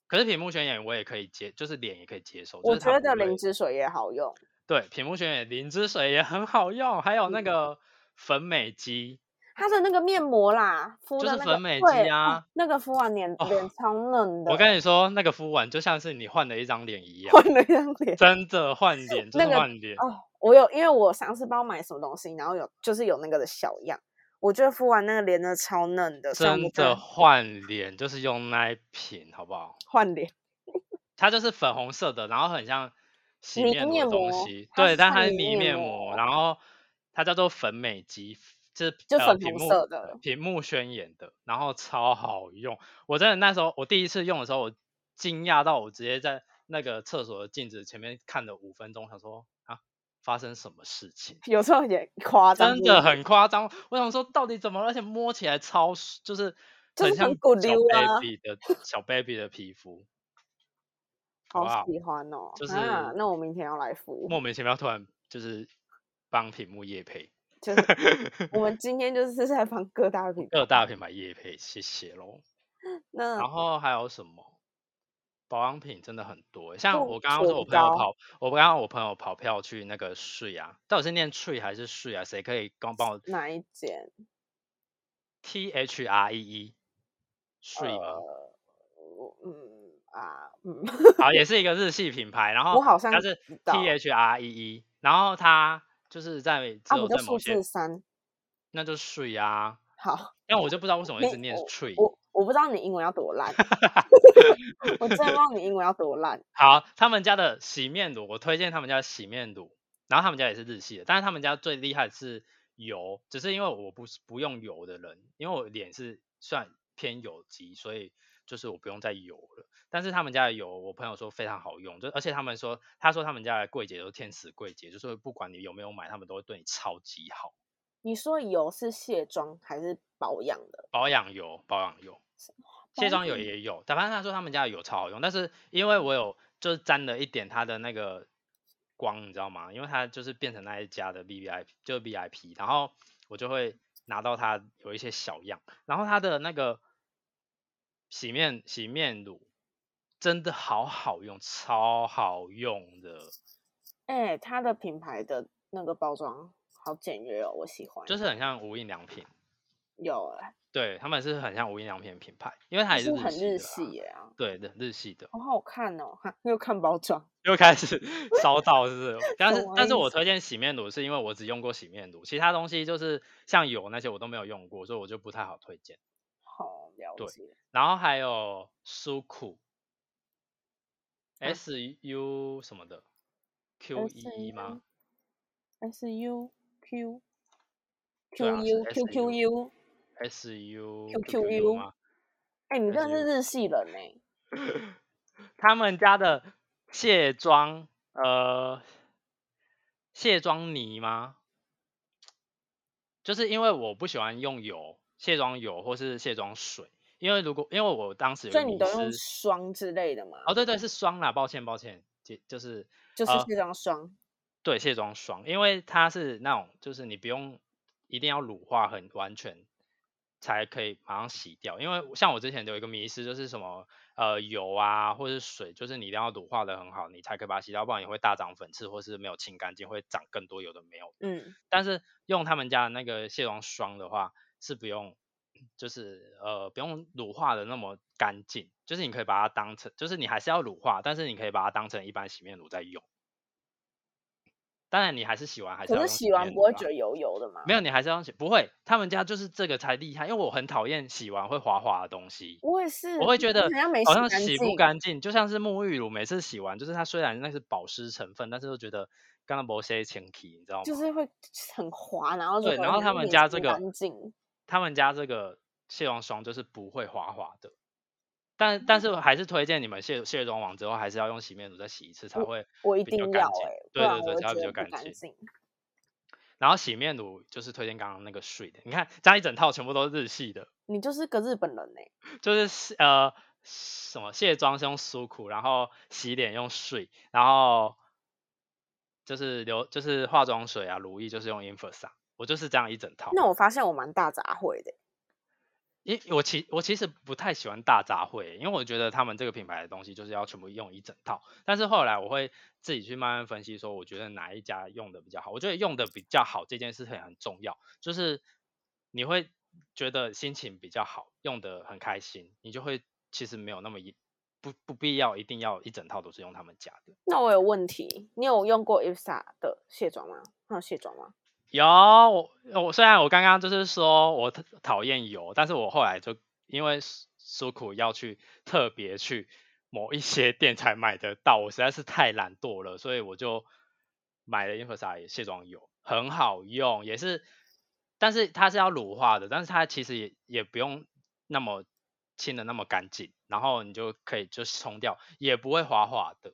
[SPEAKER 2] 可是屏幕宣言我也可以接，就是脸也可以接受。
[SPEAKER 3] 我
[SPEAKER 2] 就是它
[SPEAKER 3] 觉
[SPEAKER 2] 不
[SPEAKER 3] 得
[SPEAKER 2] 会
[SPEAKER 3] 灵芝水也好用，
[SPEAKER 2] 对屏幕宣言灵芝水也很好用，还有那
[SPEAKER 3] 嗯
[SPEAKER 2] 个粉美肌，
[SPEAKER 3] 它的那个面膜啦，敷
[SPEAKER 2] 就
[SPEAKER 3] 的
[SPEAKER 2] 是
[SPEAKER 3] 那个
[SPEAKER 2] 粉美
[SPEAKER 3] 对
[SPEAKER 2] 肌啊
[SPEAKER 3] 哦那个敷完脸
[SPEAKER 2] 哦
[SPEAKER 3] 脸超嫩的，
[SPEAKER 2] 我跟你说，那个敷完就像是你换了一张脸
[SPEAKER 3] (laughs)
[SPEAKER 2] 一样，
[SPEAKER 3] 换了一张脸。
[SPEAKER 2] 真的换脸
[SPEAKER 3] (laughs)
[SPEAKER 2] 就
[SPEAKER 3] 那
[SPEAKER 2] 是
[SPEAKER 3] 个
[SPEAKER 2] 换脸。
[SPEAKER 3] 哦，我有，因为我上次帮我买什么东西，然后有就是有那个的小样，我觉得敷完那个脸真的超嫩的，所以我
[SPEAKER 2] 真
[SPEAKER 3] 觉
[SPEAKER 2] 的
[SPEAKER 3] 得
[SPEAKER 2] 换脸就是用那一瓶，好不好？
[SPEAKER 3] 换脸。
[SPEAKER 2] 它就是粉红色的，然后很像洗
[SPEAKER 3] 泥
[SPEAKER 2] 面
[SPEAKER 3] 面
[SPEAKER 2] 乳的东
[SPEAKER 3] 膜
[SPEAKER 2] 西，
[SPEAKER 3] 它
[SPEAKER 2] 对，
[SPEAKER 3] 是
[SPEAKER 2] 但
[SPEAKER 3] 算
[SPEAKER 2] 它是
[SPEAKER 3] 泥
[SPEAKER 2] 泥
[SPEAKER 3] 面
[SPEAKER 2] 面
[SPEAKER 3] 膜
[SPEAKER 2] 膜，然后它叫做粉美肌，这
[SPEAKER 3] 就
[SPEAKER 2] 呃
[SPEAKER 3] 粉
[SPEAKER 2] 屏
[SPEAKER 3] 红
[SPEAKER 2] 幕
[SPEAKER 3] 色的
[SPEAKER 2] 屏幕宣言的，然后超好用。我真的那时候我第一次用的时候，我惊讶到我直接在那个厕所的镜子前面看了五分钟，想说啊，发生什么事情？
[SPEAKER 3] 有时候也夸张，欸
[SPEAKER 2] 真的很夸张。我想说，到底怎么了？而且摸起来超舒，就是
[SPEAKER 3] 就是
[SPEAKER 2] 像
[SPEAKER 3] 很骨
[SPEAKER 2] 小
[SPEAKER 3] 溜啊
[SPEAKER 2] baby 的小 baby 的皮肤，好不
[SPEAKER 3] 好
[SPEAKER 2] 好？
[SPEAKER 3] 喜欢哦。
[SPEAKER 2] 就是
[SPEAKER 3] 啊，那我明天要来敷。
[SPEAKER 2] 莫名其妙突然就是帮屏幕夜配，
[SPEAKER 3] 就是我们今天就是在帮各大品牌。
[SPEAKER 2] 各大品牌夜配，谢谢喽。
[SPEAKER 3] 那
[SPEAKER 2] 然后还有什么？保养品真的很多欸，像
[SPEAKER 3] 嗯
[SPEAKER 2] 我刚刚说，
[SPEAKER 3] 唇
[SPEAKER 2] 我朋友
[SPEAKER 3] 膏
[SPEAKER 2] 跑，我刚刚我朋友跑票去那个税啊，到底是念 tree 还是税啊？谁可以帮帮我
[SPEAKER 3] 哪一件？
[SPEAKER 2] T H R E E 税吗？
[SPEAKER 3] 呃，我嗯啊嗯，
[SPEAKER 2] 好，也是一个日系品牌，然后
[SPEAKER 3] 我好像
[SPEAKER 2] 它是
[SPEAKER 3] 知道
[SPEAKER 2] T H R E E，然后它就是在 (laughs) 只
[SPEAKER 3] 啊
[SPEAKER 2] 有
[SPEAKER 3] 不就
[SPEAKER 2] 在
[SPEAKER 3] 数
[SPEAKER 2] 某些，
[SPEAKER 3] 字三。
[SPEAKER 2] 那就是税啊，
[SPEAKER 3] 好，
[SPEAKER 2] 但我就不知道为什么一
[SPEAKER 3] 你
[SPEAKER 2] 直念 tree。
[SPEAKER 3] 我我不知道你英文要多烂，我真的不知道你英文要多烂。
[SPEAKER 2] 好，他们家的洗面乳，我推荐他们家的洗面乳，然后他们家也是日系的，但是他们家最厉害的是油，只是因为我不是不用油的人，因为我脸是算偏油肌，所以就是我不用再油了。但是他们家的油，我朋友说非常好用，就而且他们说，他说他们家的柜姐都是天使柜姐，就是不管你有没有买，他们都会对你超级好。
[SPEAKER 3] 你说油是卸妆还是保养的？
[SPEAKER 2] 保养油，保养油，
[SPEAKER 3] 保
[SPEAKER 2] 卸妆油
[SPEAKER 3] 养
[SPEAKER 2] 也有，但反正他说他们家的油超好用，但是因为我有就是沾了一点它的那个光，你知道吗？因为它就是变成那一家的 V V I P，就是 V I P，然后我就会拿到它有一些小样，然后它的那个洗面洗面乳真的好好用，超好用的，
[SPEAKER 3] 哎、它的品牌的那个包装好简约哦，我喜欢。
[SPEAKER 2] 就是很像无印良品，
[SPEAKER 3] 有哎、
[SPEAKER 2] 对他们是很像无印良品的品牌，因为它
[SPEAKER 3] 就
[SPEAKER 2] 也是
[SPEAKER 3] 是很
[SPEAKER 2] 日
[SPEAKER 3] 日
[SPEAKER 2] 系的
[SPEAKER 3] 系
[SPEAKER 2] 啦，
[SPEAKER 3] 耶啊，
[SPEAKER 2] 对的日系的。
[SPEAKER 3] 好好看哦，哈，又看包装。
[SPEAKER 2] (laughs) 又开始烧到，是不是？但
[SPEAKER 3] 什
[SPEAKER 2] 是
[SPEAKER 3] 么
[SPEAKER 2] 但是
[SPEAKER 3] 意
[SPEAKER 2] 我
[SPEAKER 3] 思
[SPEAKER 2] 推荐洗面乳，是因为我只用过洗面乳，其他东西就是像油那些我都没有用过，所以我就不太好推荐。
[SPEAKER 3] 好了
[SPEAKER 2] 对
[SPEAKER 3] 解，
[SPEAKER 2] 然后还有苏库
[SPEAKER 3] 啊
[SPEAKER 2] ，S U 什么的，Q E E 吗？
[SPEAKER 3] ？S U Q
[SPEAKER 2] 对
[SPEAKER 3] Q
[SPEAKER 2] 啊是
[SPEAKER 3] U Q Q
[SPEAKER 2] SU
[SPEAKER 3] U，
[SPEAKER 2] ？S U
[SPEAKER 3] QQU
[SPEAKER 2] 吗？
[SPEAKER 3] 哎、你真的
[SPEAKER 2] SU
[SPEAKER 3] 是日系人哎、
[SPEAKER 2] 他们家的卸妆呃卸妆泥吗？就是因为我不喜欢用油卸妆油或是卸妆水，因为如果因为我当时有
[SPEAKER 3] 所
[SPEAKER 2] 个
[SPEAKER 3] 以你
[SPEAKER 2] 迷
[SPEAKER 3] 都用
[SPEAKER 2] 失
[SPEAKER 3] 霜之类的嘛？
[SPEAKER 2] 哦对对是霜啦，抱歉抱歉，就就是
[SPEAKER 3] 就是
[SPEAKER 2] 呃
[SPEAKER 3] 卸妆霜。
[SPEAKER 2] 对卸妆霜，因为它是那种就是你不用一定要乳化很完全才可以马上洗掉，因为像我之前有一个迷思就是什么呃油啊或是水，就是你一定要乳化的很好，你才可以把它洗掉，不然你会大长粉刺或是没有清干净，会长更多有的没有的。
[SPEAKER 3] 嗯，
[SPEAKER 2] 但是用他们家的那个卸妆霜的话，是不用，就是呃不用乳化的那么干净，就是你可以把它当成，就是你还是要乳化，但是你可以把它当成一般洗面乳在用。当然，你还是洗完还是要
[SPEAKER 3] 可
[SPEAKER 2] 用
[SPEAKER 3] 是洗完
[SPEAKER 2] 面
[SPEAKER 3] 不
[SPEAKER 2] 乳
[SPEAKER 3] 会
[SPEAKER 2] 啦
[SPEAKER 3] 觉得油油的嘛？
[SPEAKER 2] 没有，你还是要洗，不会，他们家就是这个才厉害，因为我很讨厌洗完会滑滑的东西。
[SPEAKER 3] 我也是，
[SPEAKER 2] 我会觉
[SPEAKER 3] 它
[SPEAKER 2] 得
[SPEAKER 3] 好像没
[SPEAKER 2] 好像
[SPEAKER 3] 干
[SPEAKER 2] 洗不
[SPEAKER 3] 净
[SPEAKER 2] 干净，就像是沐浴乳，每次洗完，就是它虽然那是保湿成分，但是又觉得刚刚某些前提，你知道吗？
[SPEAKER 3] 就是会很滑，然后就
[SPEAKER 2] 哦对，
[SPEAKER 3] 搞
[SPEAKER 2] 然
[SPEAKER 3] 得
[SPEAKER 2] 后他
[SPEAKER 3] 有
[SPEAKER 2] 们
[SPEAKER 3] 点
[SPEAKER 2] 家
[SPEAKER 3] 不
[SPEAKER 2] 这个
[SPEAKER 3] 干净，
[SPEAKER 2] 他们家这个卸妆霜就是不会滑滑的，但
[SPEAKER 3] 嗯
[SPEAKER 2] 但是我还是推荐你们卸卸妆完之后，还是要用洗面乳再洗一次才会。
[SPEAKER 3] 我一
[SPEAKER 2] 比较
[SPEAKER 3] 定
[SPEAKER 2] 干
[SPEAKER 3] 要
[SPEAKER 2] 净
[SPEAKER 3] 哎、不
[SPEAKER 2] 对对
[SPEAKER 3] 然
[SPEAKER 2] 对
[SPEAKER 3] 我会
[SPEAKER 2] 才会
[SPEAKER 3] 觉
[SPEAKER 2] 比
[SPEAKER 3] 得
[SPEAKER 2] 较干
[SPEAKER 3] 不干
[SPEAKER 2] 净
[SPEAKER 3] 净。
[SPEAKER 2] 然后洗面乳就是推荐刚刚那个水的，你看这样一整套全部都是日系的，
[SPEAKER 3] 你就是个日本人哎、
[SPEAKER 2] 就是卸呃什么卸妆是用苏苦，然后洗脸用水，然后就是流就是化妆水啊、乳液就是用 Infusa，我就是这样一整套。
[SPEAKER 3] 那我发现我蛮大杂烩的欸、
[SPEAKER 2] 因我其我其实不太喜欢大杂烩，因为我觉得他们这个品牌的东西就是要全部用一整套。但是后来我会自己去慢慢分析，说我觉得哪一家用的比较好。我觉得用的比较好这件事情很重要，就是你会觉得心情比较好，用的很开心，你就会其实没有那么一不不必要一定要一整套都是用他们家的。
[SPEAKER 3] 那我有问题，你有用过 IFSA 的卸妆吗？还有卸妆吗？
[SPEAKER 2] 有我我虽然我刚刚就是说我讨讨厌油，但是我后来就因为苏苏苦要去特别去某一些店才买得到，我实在是太懒惰了，所以我就买了英和莎卸妆油，很好用，也是，但是它是要乳化的，但是它其实也也不用那么清的那么干净，然后你就可以就冲掉，也不会滑滑的。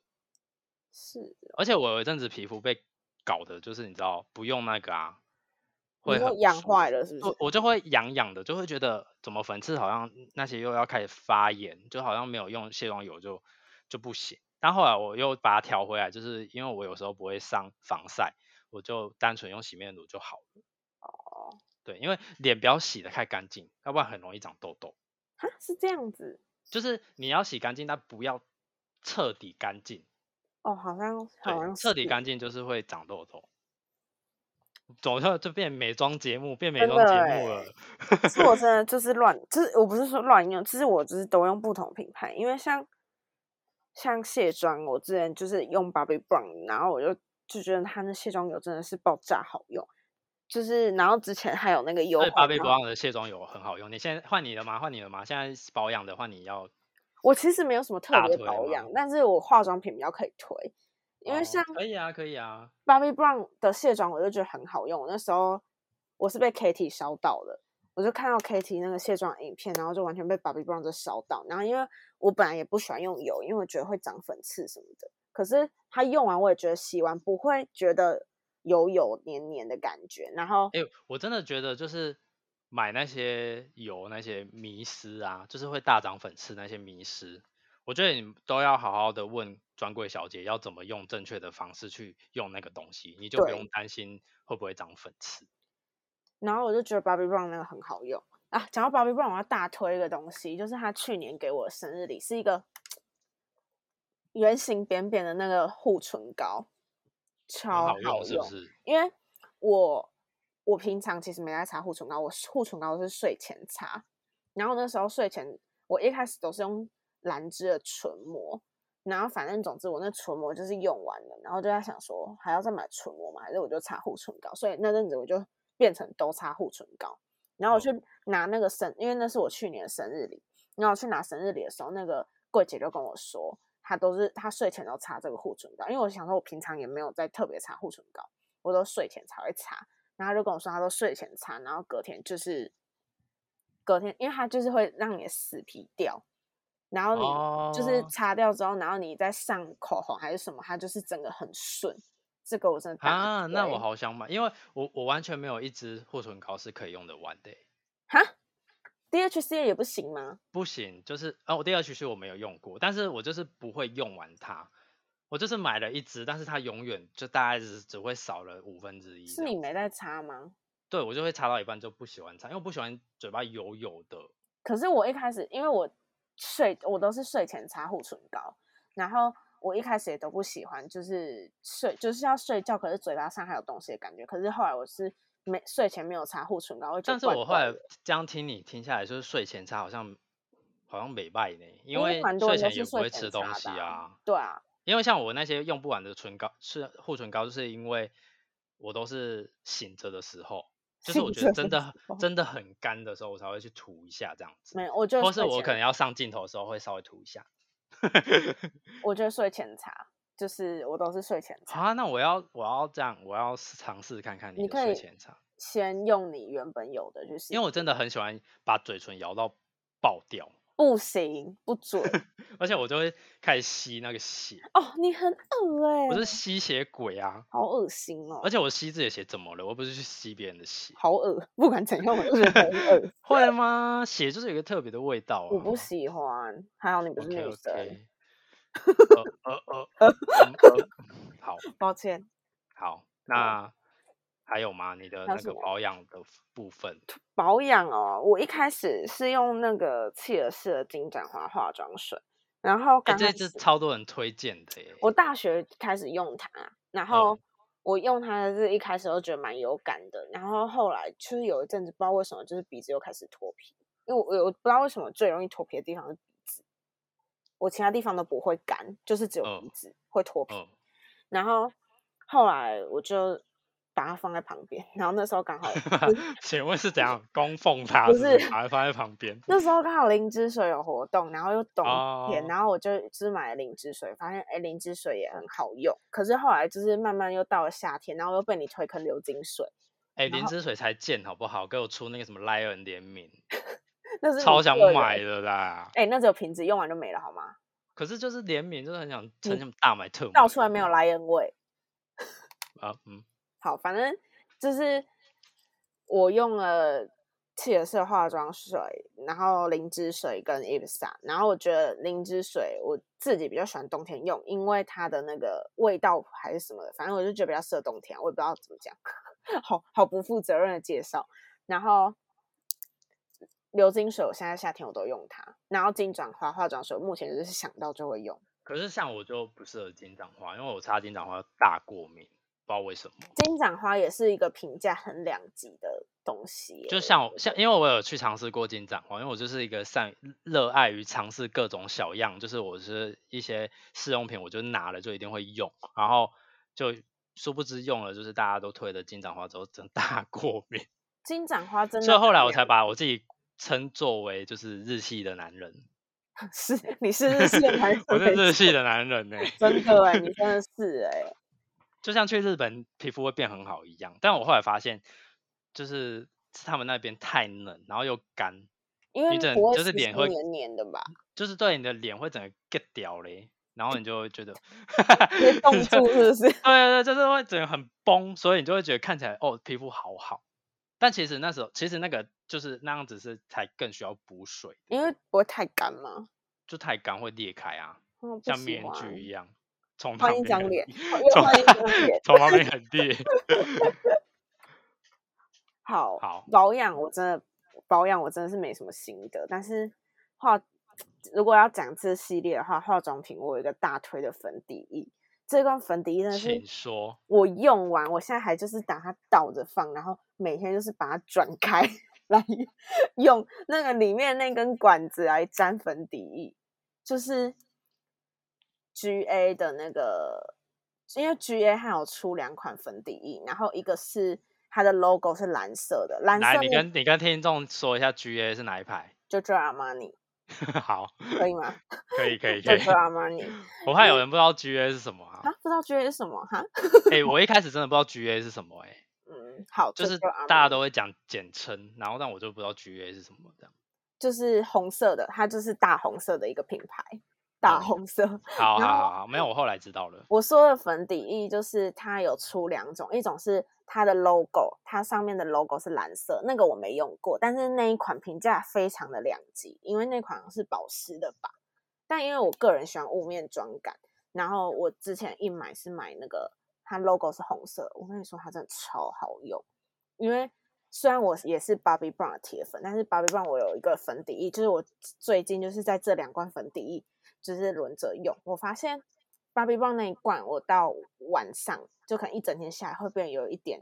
[SPEAKER 3] 是
[SPEAKER 2] 而且我有一阵子皮肤被搞的，就是你知道不用那个啊，会
[SPEAKER 3] 你
[SPEAKER 2] 很
[SPEAKER 3] 会养
[SPEAKER 2] 舒
[SPEAKER 3] 坏了是不
[SPEAKER 2] 我
[SPEAKER 3] 是？
[SPEAKER 2] 我就会痒痒的，就会觉得怎么粉刺好像那些又要开始发炎，就好像没有用卸妆油就就不行。但后来我又把它调回来，就是因为我有时候不会上防晒，我就单纯用洗面乳就好了。
[SPEAKER 3] 哦，
[SPEAKER 2] 对，因为脸不要洗的太干净，要不然很容易长痘痘。
[SPEAKER 3] 哈，是这样子
[SPEAKER 2] 就是你要洗干净，但不要彻底干净。
[SPEAKER 3] 哦，好像好
[SPEAKER 2] 对，
[SPEAKER 3] 像
[SPEAKER 2] 彻底
[SPEAKER 3] 是
[SPEAKER 2] 干净就是会长痘痘。走后就变美妆节目，变美
[SPEAKER 3] 真
[SPEAKER 2] 妆
[SPEAKER 3] 的
[SPEAKER 2] 节目
[SPEAKER 3] 欸
[SPEAKER 2] 了。
[SPEAKER 3] 可是我真的就是乱，就是我不是说乱用，就是我就是都用不同品牌，因为像像卸妆，我之前就是用 Bobbi Brown，然后我就就觉得它那卸妆油真的是爆炸好用，就是然后之前还有那个油
[SPEAKER 2] 所以
[SPEAKER 3] 画
[SPEAKER 2] 芭比
[SPEAKER 3] 然
[SPEAKER 2] 布
[SPEAKER 3] 后
[SPEAKER 2] 朗的卸妆油很好用。你现在换你的吗？换你的吗？现在保养的换你要
[SPEAKER 3] 我其实没有什么特
[SPEAKER 2] 大
[SPEAKER 3] 别
[SPEAKER 2] 推
[SPEAKER 3] 保
[SPEAKER 2] 吗
[SPEAKER 3] 养，但是我化妆品比较可以推，因为
[SPEAKER 2] 哦
[SPEAKER 3] 像
[SPEAKER 2] 可以啊，可以啊。
[SPEAKER 3] Bobbi Brown 的卸妆，我就觉得很好用。我那时候我是被 Kitty 烧到的，我就看到 Kitty 那个卸妆影片，然后就完全被 Bobbi Brown 这烧到。然后因为我本来也不喜欢用油，因为我觉得会长粉刺什么的。可是它用完，我也觉得洗完不会觉得油油黏黏的感觉。然后
[SPEAKER 2] 哎、我真的觉得就是买那些油那些迷失啊，就是会大涨粉刺那些迷失，我觉得你都要好好的问专柜小姐要怎么用正确的方式去用那个东西，你就不
[SPEAKER 3] 对
[SPEAKER 2] 用担心会不会长粉刺。
[SPEAKER 3] 然后我就觉得 Bobbi Brown 那个很好用啊。讲到 Bobbi Brown，我要大推一个东西，就是他去年给我的生日礼是一个圆形扁扁的那个护唇膏，
[SPEAKER 2] 很
[SPEAKER 3] 超
[SPEAKER 2] 用是不是？
[SPEAKER 3] 因为我我平常其实没在擦护唇膏，我是护唇膏是睡前擦，然后那时候睡前我一开始都是用兰芝的唇膜，然后反正总之我那唇膜就是用完了，然后就在想说还要再买唇膜吗？还是我就擦护唇膏？所以那阵子我就变成都擦护唇膏，然后我去拿那个生，因为那是我去年的生日礼，然后我去拿生日礼的时候，那个柜姐就跟我说。她都是她睡前都擦这个护唇膏，因为我想说，我平常也没有在特别擦护唇膏，我都睡前才会擦。然后他就跟我说，他都睡前擦，然后隔天就是隔天，因为它就是会让你的死皮掉，然后你就是
[SPEAKER 2] 哦
[SPEAKER 3] 擦掉之后，然后你再上口红还是什么，它就是整个很顺。这个我真的大欸
[SPEAKER 2] 啊，那我
[SPEAKER 3] 推
[SPEAKER 2] 好想买，因为我我完全没有一支护唇膏是可以用得完的欸、
[SPEAKER 3] 哈，DHC 也不行吗？
[SPEAKER 2] 不行，就是啊，我第二曲是我没有用过，但是我就是不会用完它，我就是买了一支，但是它永远就大概只只会少了五分之一这
[SPEAKER 3] 是
[SPEAKER 2] 样。
[SPEAKER 3] 你没在擦吗？
[SPEAKER 2] 对我就会擦到一半就不喜欢擦，因为我不喜欢嘴巴油油的。
[SPEAKER 3] 可是我一开始，因为我睡我都是睡前擦护唇膏，然后我一开始也都不喜欢，就是睡就是要睡觉，可是嘴巴上还有东西的感觉。可是后来我是没睡前没有擦护唇膏，会觉
[SPEAKER 2] 但
[SPEAKER 3] 得
[SPEAKER 2] 是
[SPEAKER 3] 怪
[SPEAKER 2] 我后
[SPEAKER 3] 怪
[SPEAKER 2] 来
[SPEAKER 3] 的
[SPEAKER 2] 这样听你听下来，就是睡前擦好像好像没败呢，因
[SPEAKER 3] 因为
[SPEAKER 2] 为
[SPEAKER 3] 蛮多
[SPEAKER 2] 睡
[SPEAKER 3] 人都
[SPEAKER 2] 前
[SPEAKER 3] 是
[SPEAKER 2] 也不
[SPEAKER 3] 睡
[SPEAKER 2] 会
[SPEAKER 3] 前
[SPEAKER 2] 吃东
[SPEAKER 3] 擦的
[SPEAKER 2] 西
[SPEAKER 3] 啊
[SPEAKER 2] 啊。
[SPEAKER 3] 对啊，
[SPEAKER 2] 因为像我那些用不完的唇膏是护唇膏，就是因为我都是醒着的时候，就是我
[SPEAKER 3] 醒
[SPEAKER 2] 觉得
[SPEAKER 3] 着
[SPEAKER 2] 真
[SPEAKER 3] 的
[SPEAKER 2] 的
[SPEAKER 3] 时候
[SPEAKER 2] 真的很干的时候，我才会去涂一下这样子，
[SPEAKER 3] 没有，我就
[SPEAKER 2] 或是
[SPEAKER 3] 睡
[SPEAKER 2] 我
[SPEAKER 3] 前
[SPEAKER 2] 可能要上镜头的时候会稍微涂一下。
[SPEAKER 3] 我就睡前擦，就是我都是睡前
[SPEAKER 2] 好
[SPEAKER 3] 擦。
[SPEAKER 2] 啊，那我要我要这样，我要试尝试看看
[SPEAKER 3] 你
[SPEAKER 2] 你的
[SPEAKER 3] 可
[SPEAKER 2] 睡
[SPEAKER 3] 以
[SPEAKER 2] 前擦，
[SPEAKER 3] 先用你原本有的，就是
[SPEAKER 2] 因为我真的很喜欢把嘴唇摇到爆掉，
[SPEAKER 3] 不行不
[SPEAKER 2] (laughs)
[SPEAKER 3] 准
[SPEAKER 2] 而且我就会开始吸那个血，
[SPEAKER 3] 哦，你很恶哎、
[SPEAKER 2] 我是吸血鬼啊，
[SPEAKER 3] 好恶心哦
[SPEAKER 2] 而，且我吸自己的血怎么了？我不是去吸别人的血，，
[SPEAKER 3] 好恶，不管怎样我都觉得很恶
[SPEAKER 2] (laughs) 会吗？血就是有一个特别的味道啊。
[SPEAKER 3] 啊我不喜欢。还好你不是
[SPEAKER 2] OK
[SPEAKER 3] 女生
[SPEAKER 2] OK，呃呃呃，嗯呃好
[SPEAKER 3] (laughs) 抱歉。
[SPEAKER 2] 好，那还有吗？你的
[SPEAKER 3] 嗯还有
[SPEAKER 2] 那
[SPEAKER 3] 什
[SPEAKER 2] 个
[SPEAKER 3] 么
[SPEAKER 2] 保养的部分，
[SPEAKER 3] 保养哦，我一开始是用那个契尔氏的金盏花化妆水，然后
[SPEAKER 2] 哎、
[SPEAKER 3] 刚
[SPEAKER 2] 这
[SPEAKER 3] 开
[SPEAKER 2] 一支
[SPEAKER 3] 始
[SPEAKER 2] 超多人推荐的耶。
[SPEAKER 3] 我大学开始用它，然后我用它的是一开始都觉得蛮有感的，然后后来就是有一阵子不知道为什么，就是鼻子又开始脱皮，因为我我不知道为什么最容易脱皮的地方是鼻子，我其他地方都不会干，就是只有
[SPEAKER 2] 嗯
[SPEAKER 3] 鼻子会脱皮。
[SPEAKER 2] 嗯，
[SPEAKER 3] 然后后来我就把它放在旁边，然后那时候刚好
[SPEAKER 2] (laughs) 请问是怎样供奉它？
[SPEAKER 3] 不
[SPEAKER 2] 是不
[SPEAKER 3] 是
[SPEAKER 2] 是把它放在旁边。
[SPEAKER 3] 那时候刚好灵芝水有活动，然后又懂甜，
[SPEAKER 2] 哦
[SPEAKER 3] 然后我就只买了灵芝水，发现哎，灵芝水也很好用。可是后来就是慢慢又到了夏天，然后又被你推坑流金水，
[SPEAKER 2] 哎、
[SPEAKER 3] 然
[SPEAKER 2] 灵
[SPEAKER 3] 后
[SPEAKER 2] 芝水才贱好不好？给我出那个什么 Lion 联名，
[SPEAKER 3] 那是你
[SPEAKER 2] 超想
[SPEAKER 3] 个人
[SPEAKER 2] 买。的啦。
[SPEAKER 3] 哎、那只有瓶子用完就没了好吗？
[SPEAKER 2] 可是就是联名，就是很想
[SPEAKER 3] 你
[SPEAKER 2] 很想大买特买。
[SPEAKER 3] 倒出来没有莱恩味。
[SPEAKER 2] 啊？嗯，
[SPEAKER 3] 好，反正就是我用了契尔氏化妆水，然后灵芝水跟 Ipsa，然后我觉得灵芝水我自己比较喜欢冬天用，因为它的那个味道还是什么的，反正我就觉得比较适合冬天，我也不知道怎么讲，好好不负责任的介绍。然后流金水，我现在夏天我都用它，然后金盏花化妆水，目前就是想到就会用。
[SPEAKER 2] 可是像我就不适合金盏花，因为我擦金盏花大过敏，不知道为什么。
[SPEAKER 3] 金盏花也是一个评价很两极的东西耶，
[SPEAKER 2] 就像我像，因为我有去尝试过金盏花，因为我就是一个善热爱于尝试各种小样，就是我是一些试用品，我就拿了就一定会用，然后就殊不知用了，就是大家都推的金盏花之后，真的大过敏，
[SPEAKER 3] 金盏花真的很
[SPEAKER 2] 所以
[SPEAKER 3] 亮，
[SPEAKER 2] 后来我才把我自己称作为就是日系的男人，，
[SPEAKER 3] (laughs) 是你是日系的男人
[SPEAKER 2] (laughs) 我是日
[SPEAKER 3] 没错
[SPEAKER 2] 系，的男人呢、
[SPEAKER 3] 真的哎、你真的是哎、
[SPEAKER 2] 就像去日本皮肤会变很好一样，但我后来发现就是他们那边太冷，然后又干，
[SPEAKER 3] 因为
[SPEAKER 2] 你整
[SPEAKER 3] 不会
[SPEAKER 2] 就是
[SPEAKER 3] 湿
[SPEAKER 2] 脸
[SPEAKER 3] 湿
[SPEAKER 2] 会
[SPEAKER 3] 黏黏的吧，
[SPEAKER 2] 就是对你的脸会整个 get 掉嘞，然后你就会觉得
[SPEAKER 3] (laughs) 被冻
[SPEAKER 2] 就
[SPEAKER 3] 住是不是？
[SPEAKER 2] 对对对，啊就是会整个很崩，所以你就会觉得看起来哦皮肤好好，但其实那时候其实那个就是那样子是才更需要补水，
[SPEAKER 3] 因为不会太干嘛，
[SPEAKER 2] 就太干会裂开啊，
[SPEAKER 3] 嗯、不
[SPEAKER 2] 像
[SPEAKER 3] 喜
[SPEAKER 2] 面
[SPEAKER 3] 欢
[SPEAKER 2] 具一样，从旁
[SPEAKER 3] 换一
[SPEAKER 2] 边
[SPEAKER 3] 张
[SPEAKER 2] 很
[SPEAKER 3] 脸，
[SPEAKER 2] 裂
[SPEAKER 3] 换又
[SPEAKER 2] 从。
[SPEAKER 3] 换一张脸
[SPEAKER 2] (laughs) 从旁边很
[SPEAKER 3] (laughs)
[SPEAKER 2] 裂，
[SPEAKER 3] 好，
[SPEAKER 2] 好
[SPEAKER 3] 保养我真的保养我真的是没什么心得，但是化如果要讲这系列的话，化妆品我有一个大推的粉底液，这罐粉底液真的是
[SPEAKER 2] 请说。
[SPEAKER 3] 我用完，我现在还就是把它倒着放，然后每天就是把它转开 (laughs) 来用那个里面那根管子来沾粉底液，就是 G A 的那个，因为 G A 它有出两款粉底液，然后一个是它的 logo 是蓝色的，蓝
[SPEAKER 2] 来，
[SPEAKER 3] 色
[SPEAKER 2] 你
[SPEAKER 3] 那个
[SPEAKER 2] 跟你跟听众说一下 GA 是哪一排？ (laughs)
[SPEAKER 3] 就 j o Armani
[SPEAKER 2] 好，
[SPEAKER 3] 可以吗？
[SPEAKER 2] 可以可以
[SPEAKER 3] 就
[SPEAKER 2] 可
[SPEAKER 3] j
[SPEAKER 2] 以
[SPEAKER 3] o。Armani
[SPEAKER 2] (laughs) 我怕有人不知道 GA 是什
[SPEAKER 3] (laughs)
[SPEAKER 2] 么啊
[SPEAKER 3] 啊？，不知道 G A 是什么哈？ (laughs)
[SPEAKER 2] 哎、我一开始真的不知道 GA 是什么、欸，哎，
[SPEAKER 3] 嗯，好，
[SPEAKER 2] 就是
[SPEAKER 3] 就 Jo
[SPEAKER 2] 大家
[SPEAKER 3] Armani
[SPEAKER 2] 都会讲简称，然后但我就不知道 GA 是什么这样。
[SPEAKER 3] 就是红色的，它就是大红色的一个品牌，大
[SPEAKER 2] 嗯
[SPEAKER 3] 红色。
[SPEAKER 2] 好好
[SPEAKER 3] 然后
[SPEAKER 2] 好好，没有，我后来知道了。
[SPEAKER 3] 我说的粉底液就是它有出两种，一种是它的 logo，它上面的 logo 是蓝色，那个我没用过，但是那一款评价非常的两极，因为那款是保湿的吧，但因为我个人喜欢雾面妆感，然后我之前一买是买那个它 logo 是红色，我跟你说它真的超好用，因为虽然我也是 Bobbi Brown 的铁粉，但是 Bobbi Brown 我有一个粉底液，就是我最近就是在这两罐粉底液就是轮着用。我发现 Bobbi Brown 那一罐，我到晚上就可能一整天下来会变得有一点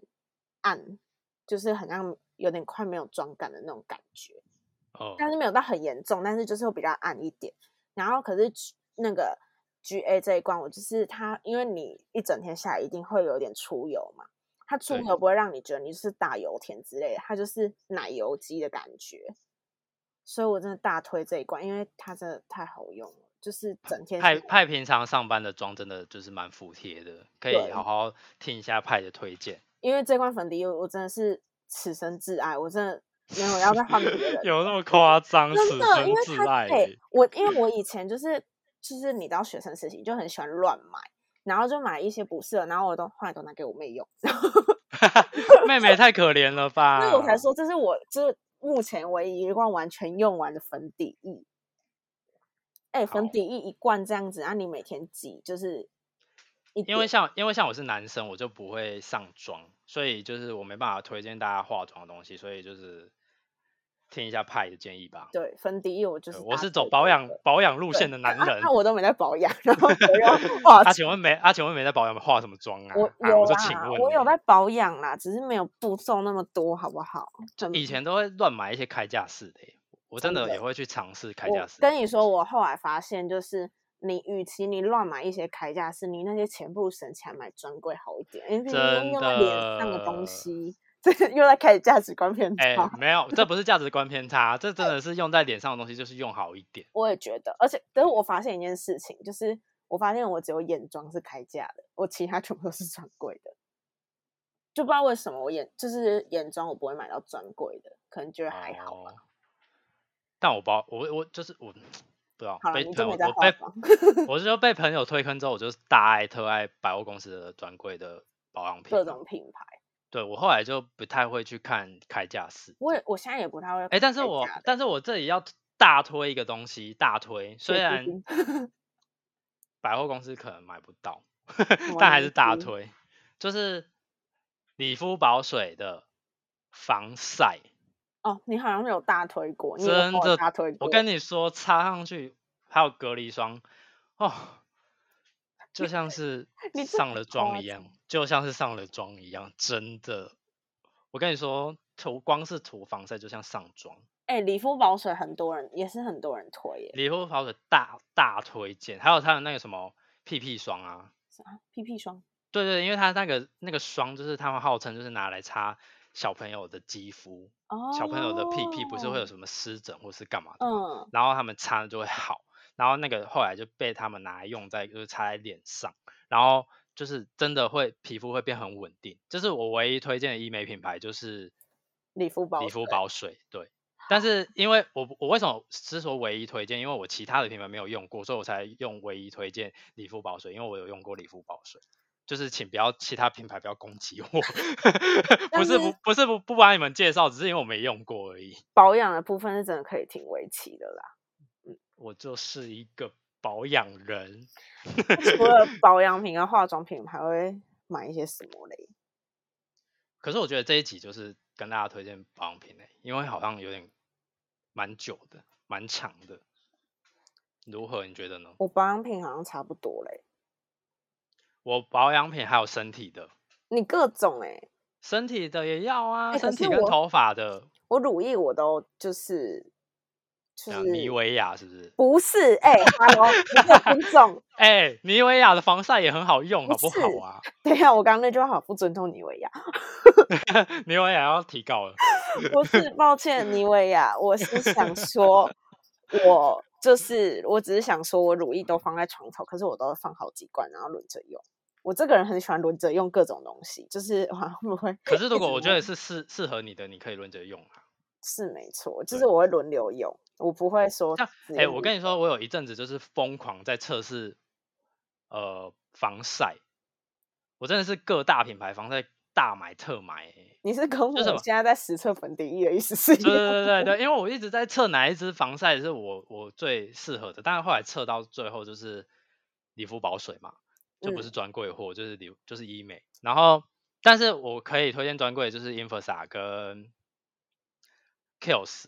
[SPEAKER 3] 暗，就是很像有点快没有妆感的那种感觉。
[SPEAKER 2] 哦，
[SPEAKER 3] 但是没有到很严重，但是就是会比较暗一点。然后可是 G- 那个 G A 这一关，我就是它，因为你一整天下来一定会有点出油嘛，它出
[SPEAKER 2] 对
[SPEAKER 3] 油不会让你觉得你是大油田之类的，它就是奶油肌的感觉。所以我真的大推这一罐，因为它真的太好用了，就是整天下
[SPEAKER 2] 派
[SPEAKER 3] 来
[SPEAKER 2] 派平常上班的妆真的就是蛮服帖的，可以
[SPEAKER 3] 对
[SPEAKER 2] 好好听一下派的
[SPEAKER 3] (laughs)
[SPEAKER 2] 推荐。。
[SPEAKER 3] 因为这罐粉底液我真的是此生挚爱，我真的没有要再换别的
[SPEAKER 2] 有那么夸张？
[SPEAKER 3] 真
[SPEAKER 2] 此
[SPEAKER 3] 的，
[SPEAKER 2] 生
[SPEAKER 3] 因为
[SPEAKER 2] 挚
[SPEAKER 3] 他
[SPEAKER 2] 爱
[SPEAKER 3] 对、
[SPEAKER 2] 耶。 (laughs)
[SPEAKER 3] 我，因为我以前就是就是你知道学生时期就很喜欢乱买，然后就买一些不适合，然后我都后来都拿给我妹用，然后
[SPEAKER 2] 妹妹太可怜了吧？
[SPEAKER 3] 所以我才说这是我就是目前唯一一罐完全用完的粉底液。哎、粉
[SPEAKER 2] 好哦
[SPEAKER 3] 底液一罐这样子，啊，你每天挤就是一
[SPEAKER 2] 因为
[SPEAKER 3] 点
[SPEAKER 2] 像因为像我是男生，我就不会上妆，所以就是我没办法推荐大家化妆的东西，所以就是听一下派的建议吧。
[SPEAKER 3] 对粉底液，我就
[SPEAKER 2] 对
[SPEAKER 3] 是
[SPEAKER 2] 我
[SPEAKER 3] 搭
[SPEAKER 2] 是
[SPEAKER 3] 配
[SPEAKER 2] 走
[SPEAKER 3] 这
[SPEAKER 2] 保养
[SPEAKER 3] 个
[SPEAKER 2] 保养路
[SPEAKER 3] 对
[SPEAKER 2] 线的男
[SPEAKER 3] 啊
[SPEAKER 2] 人。
[SPEAKER 3] 啊我都没在保养，然后我
[SPEAKER 2] (laughs)
[SPEAKER 3] 又化
[SPEAKER 2] 啊，请问没啊？请问没在保养化什么妆啊？
[SPEAKER 3] 我
[SPEAKER 2] 啊，
[SPEAKER 3] 有
[SPEAKER 2] 我说
[SPEAKER 3] 啦，
[SPEAKER 2] 请问
[SPEAKER 3] 我有
[SPEAKER 2] 你
[SPEAKER 3] 在保养啦，只是没有步骤那么多，好不好？真
[SPEAKER 2] 以前都会乱买一些开架式的耶、我真
[SPEAKER 3] 真
[SPEAKER 2] 的
[SPEAKER 3] 的
[SPEAKER 2] 也会去尝试开
[SPEAKER 3] 我
[SPEAKER 2] 架式。
[SPEAKER 3] 跟你说，，我后来发现，就是你与其你乱买一些开架式，你那些钱不如省起来买专柜好一点，因为
[SPEAKER 2] 真
[SPEAKER 3] 你用在脸上的
[SPEAKER 2] 的
[SPEAKER 3] 东西， (laughs) 这又在开始价值观偏
[SPEAKER 2] 哎、
[SPEAKER 3] 差。
[SPEAKER 2] 没有，这不是价值观偏差，这真
[SPEAKER 3] (laughs)
[SPEAKER 2] 的是用在脸上的东西，就是用好一点。
[SPEAKER 3] 我也觉得，而且，可是我发现一件事情，就是我发现我只有眼妆是开价的，我其他全部都是专柜的。就不知道为什么我眼就是眼妆我不会买到专柜的，可能觉得还好。
[SPEAKER 2] 哦。但我包我我就是我不知道
[SPEAKER 3] 好了，
[SPEAKER 2] 被
[SPEAKER 3] 你就
[SPEAKER 2] 朋友
[SPEAKER 3] 没在
[SPEAKER 2] 我
[SPEAKER 3] 化
[SPEAKER 2] 被
[SPEAKER 3] 妆。 (laughs)
[SPEAKER 2] 我是说被朋友推坑之后，我就是大爱特爱百货公司的专柜的保养品
[SPEAKER 3] 各
[SPEAKER 2] 了。
[SPEAKER 3] 种品牌。
[SPEAKER 2] 对我后来就不太会去看开架式。
[SPEAKER 3] 我也我现在也不太会。
[SPEAKER 2] 哎、但是我但是我这里要大推一个东西，大推虽
[SPEAKER 3] 水
[SPEAKER 2] 然
[SPEAKER 3] 晶
[SPEAKER 2] 百货公司可能买不到， (laughs)
[SPEAKER 3] 么
[SPEAKER 2] 但还
[SPEAKER 3] 东
[SPEAKER 2] 是大
[SPEAKER 3] 西
[SPEAKER 2] 推，就是理肤宝水的防晒，
[SPEAKER 3] 哦，你好像有大推过，你有
[SPEAKER 2] 真
[SPEAKER 3] 帮我
[SPEAKER 2] 的
[SPEAKER 3] 大推，过。
[SPEAKER 2] 我跟你说，擦上去还有隔离霜，哦，就像是
[SPEAKER 3] (laughs) 你这哦
[SPEAKER 2] 上了
[SPEAKER 3] 夸
[SPEAKER 2] 妆一样，就像是上了妆一样，真的。我跟你说，涂光是涂防晒，就像上妆。
[SPEAKER 3] 哎、理肤宝水很多人也是很多人推耶，
[SPEAKER 2] 理肤宝水大大推荐，还有它的那个什么屁屁霜啊，
[SPEAKER 3] 啊屁屁霜
[SPEAKER 2] 对对，因为它那个那个霜，就是他们号称就是拿来擦小朋友的肌肤，
[SPEAKER 3] 哦，
[SPEAKER 2] 小朋友的屁屁不是会有什么湿疹或是干嘛的吗，
[SPEAKER 3] 嗯，
[SPEAKER 2] 然后他们擦了就会好，然后那个后来就被他们拿来用在就是擦在脸上，然后就是真的会皮肤会变很稳定，这是我唯一推荐的医美品牌就是
[SPEAKER 3] 理肤宝
[SPEAKER 2] 理肤
[SPEAKER 3] 水
[SPEAKER 2] 宝水，对。但是因为我我为什么之所以唯一推荐，因为我其他的品牌没有用过，所以我才用唯一推荐理肤宝水，因为我有用过理肤宝水。就是请不要其他品牌不要攻
[SPEAKER 3] (laughs)
[SPEAKER 2] 击我，不
[SPEAKER 3] 但
[SPEAKER 2] 是不
[SPEAKER 3] 是
[SPEAKER 2] 不是不不把你们介绍，只是因为我没用过而已。
[SPEAKER 3] 保养的部分是真的可以挺围棋的
[SPEAKER 2] (laughs)
[SPEAKER 3] 啦。
[SPEAKER 2] 我就是一个保养人，
[SPEAKER 3] 除了保养品跟化妆品，还会买一些什么嘞？
[SPEAKER 2] 可是我觉得这一集就是跟大家推荐保养品类、欸因为好像有点蛮久的，蛮长的。如何你觉得呢？
[SPEAKER 3] 我保养品好像差不多嘞，
[SPEAKER 2] 我保养品还有身体的，
[SPEAKER 3] 你各种哎、
[SPEAKER 2] 身体的也要啊，
[SPEAKER 3] 哎可
[SPEAKER 2] 身体
[SPEAKER 3] 是
[SPEAKER 2] 跟
[SPEAKER 3] 我
[SPEAKER 2] 头发的，
[SPEAKER 3] 我乳液我都就是就
[SPEAKER 2] 这
[SPEAKER 3] 是
[SPEAKER 2] 样妮维雅是不是？
[SPEAKER 3] 不是哎、哈喽，你给我尊重， (laughs)
[SPEAKER 2] 哎、妮维雅的防晒也很好用，
[SPEAKER 3] 不
[SPEAKER 2] 好不
[SPEAKER 3] 是
[SPEAKER 2] 好啊？
[SPEAKER 3] 对呀、我刚刚那句话好不尊重妮维亚，
[SPEAKER 2] (laughs) 妮啊维雅要提高了，
[SPEAKER 3] 不是抱歉，妮维亚，我是想说，我就是我只是想说，我乳液都放在床头，可是我都放好几罐，然后轮着用。我这个人很喜欢轮着用各种东西，就是哇，会不会？
[SPEAKER 2] 可是如果我觉得
[SPEAKER 3] 是
[SPEAKER 2] 是适适合你的，你可以轮着用啊。
[SPEAKER 3] 是没错，就
[SPEAKER 2] 对
[SPEAKER 3] 是我会轮流用，我不会说
[SPEAKER 2] 像
[SPEAKER 3] 只
[SPEAKER 2] 哎、
[SPEAKER 3] 用
[SPEAKER 2] 我
[SPEAKER 3] 一
[SPEAKER 2] 跟你
[SPEAKER 3] 个
[SPEAKER 2] 说，我有一阵子就是疯狂在测试，呃，防晒，我真的是各大品牌防晒大买特买、欸。
[SPEAKER 3] 你是跟
[SPEAKER 2] 就什
[SPEAKER 3] 我
[SPEAKER 2] 么
[SPEAKER 3] 现在在实测粉底液的意思是一
[SPEAKER 2] 对
[SPEAKER 3] 样。
[SPEAKER 2] 对对对对，因为我一直在测哪一支防晒是我我最适合的，但是后来测到最后就是理肤宝水嘛，就不是专柜货，就是理就是医美。然后，但是我可以推荐专柜就是 Infosa 跟 Kills，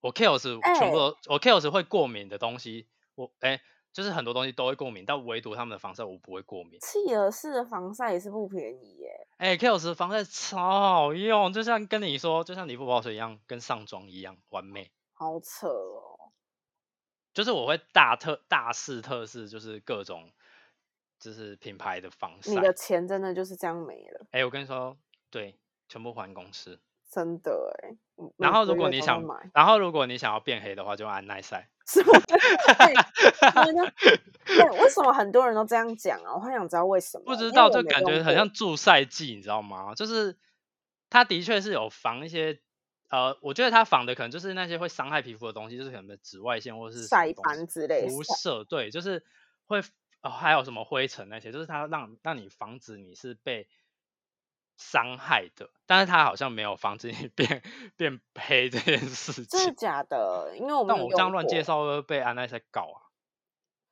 [SPEAKER 2] 我 Kills 全部都、我 Kills 会过敏的东西，我哎、就是很多东西都会过敏，但唯独他们的防晒我不会过敏。
[SPEAKER 3] 契儿式的防晒也是不便宜耶，
[SPEAKER 2] 哎、k i l l s 防晒超好用，就像跟你说，就像理肤宝水一样，跟上妆一样完美。
[SPEAKER 3] 好扯哦。
[SPEAKER 2] 就是我会大特大试特试，就是各种就是品牌的防晒
[SPEAKER 3] 你。的钱真的就是这样没了。
[SPEAKER 2] 哎、我跟你说，对，全部还公司。
[SPEAKER 3] 真的哎、嗯
[SPEAKER 2] 然
[SPEAKER 3] 每
[SPEAKER 2] 后
[SPEAKER 3] 个
[SPEAKER 2] 如果
[SPEAKER 3] 月
[SPEAKER 2] 你
[SPEAKER 3] 都会
[SPEAKER 2] 想
[SPEAKER 3] 买，，
[SPEAKER 2] 然后如果你想要变黑的话，就按耐晒。
[SPEAKER 3] 是 (laughs) 我哎真
[SPEAKER 2] (laughs)
[SPEAKER 3] 的对，为什么很多人都这样讲啊？我很想知道为什么，
[SPEAKER 2] 不
[SPEAKER 3] 因
[SPEAKER 2] 知
[SPEAKER 3] 为
[SPEAKER 2] 道，
[SPEAKER 3] 我
[SPEAKER 2] 就
[SPEAKER 3] 没
[SPEAKER 2] 感觉
[SPEAKER 3] 用过
[SPEAKER 2] 很像助晒剂，你知道吗？就是它的确是有防一些。呃，我觉得它防的可能就是那些会伤害皮肤的东西，就是可能紫外线或是什么
[SPEAKER 3] 晒
[SPEAKER 2] 东西
[SPEAKER 3] 斑之类
[SPEAKER 2] 辐
[SPEAKER 3] 晒
[SPEAKER 2] 射，对，就是会、哦、还有什么灰尘那些，就是它让让你防止你是被伤害的，但是它好像没有防止你 (laughs) 变变黑这件事
[SPEAKER 3] 真的
[SPEAKER 2] 情。
[SPEAKER 3] 假的？因为我没
[SPEAKER 2] 但
[SPEAKER 3] 有
[SPEAKER 2] 我这样
[SPEAKER 3] 用
[SPEAKER 2] 乱介
[SPEAKER 3] 过，
[SPEAKER 2] 绍会不会被安奈在告啊？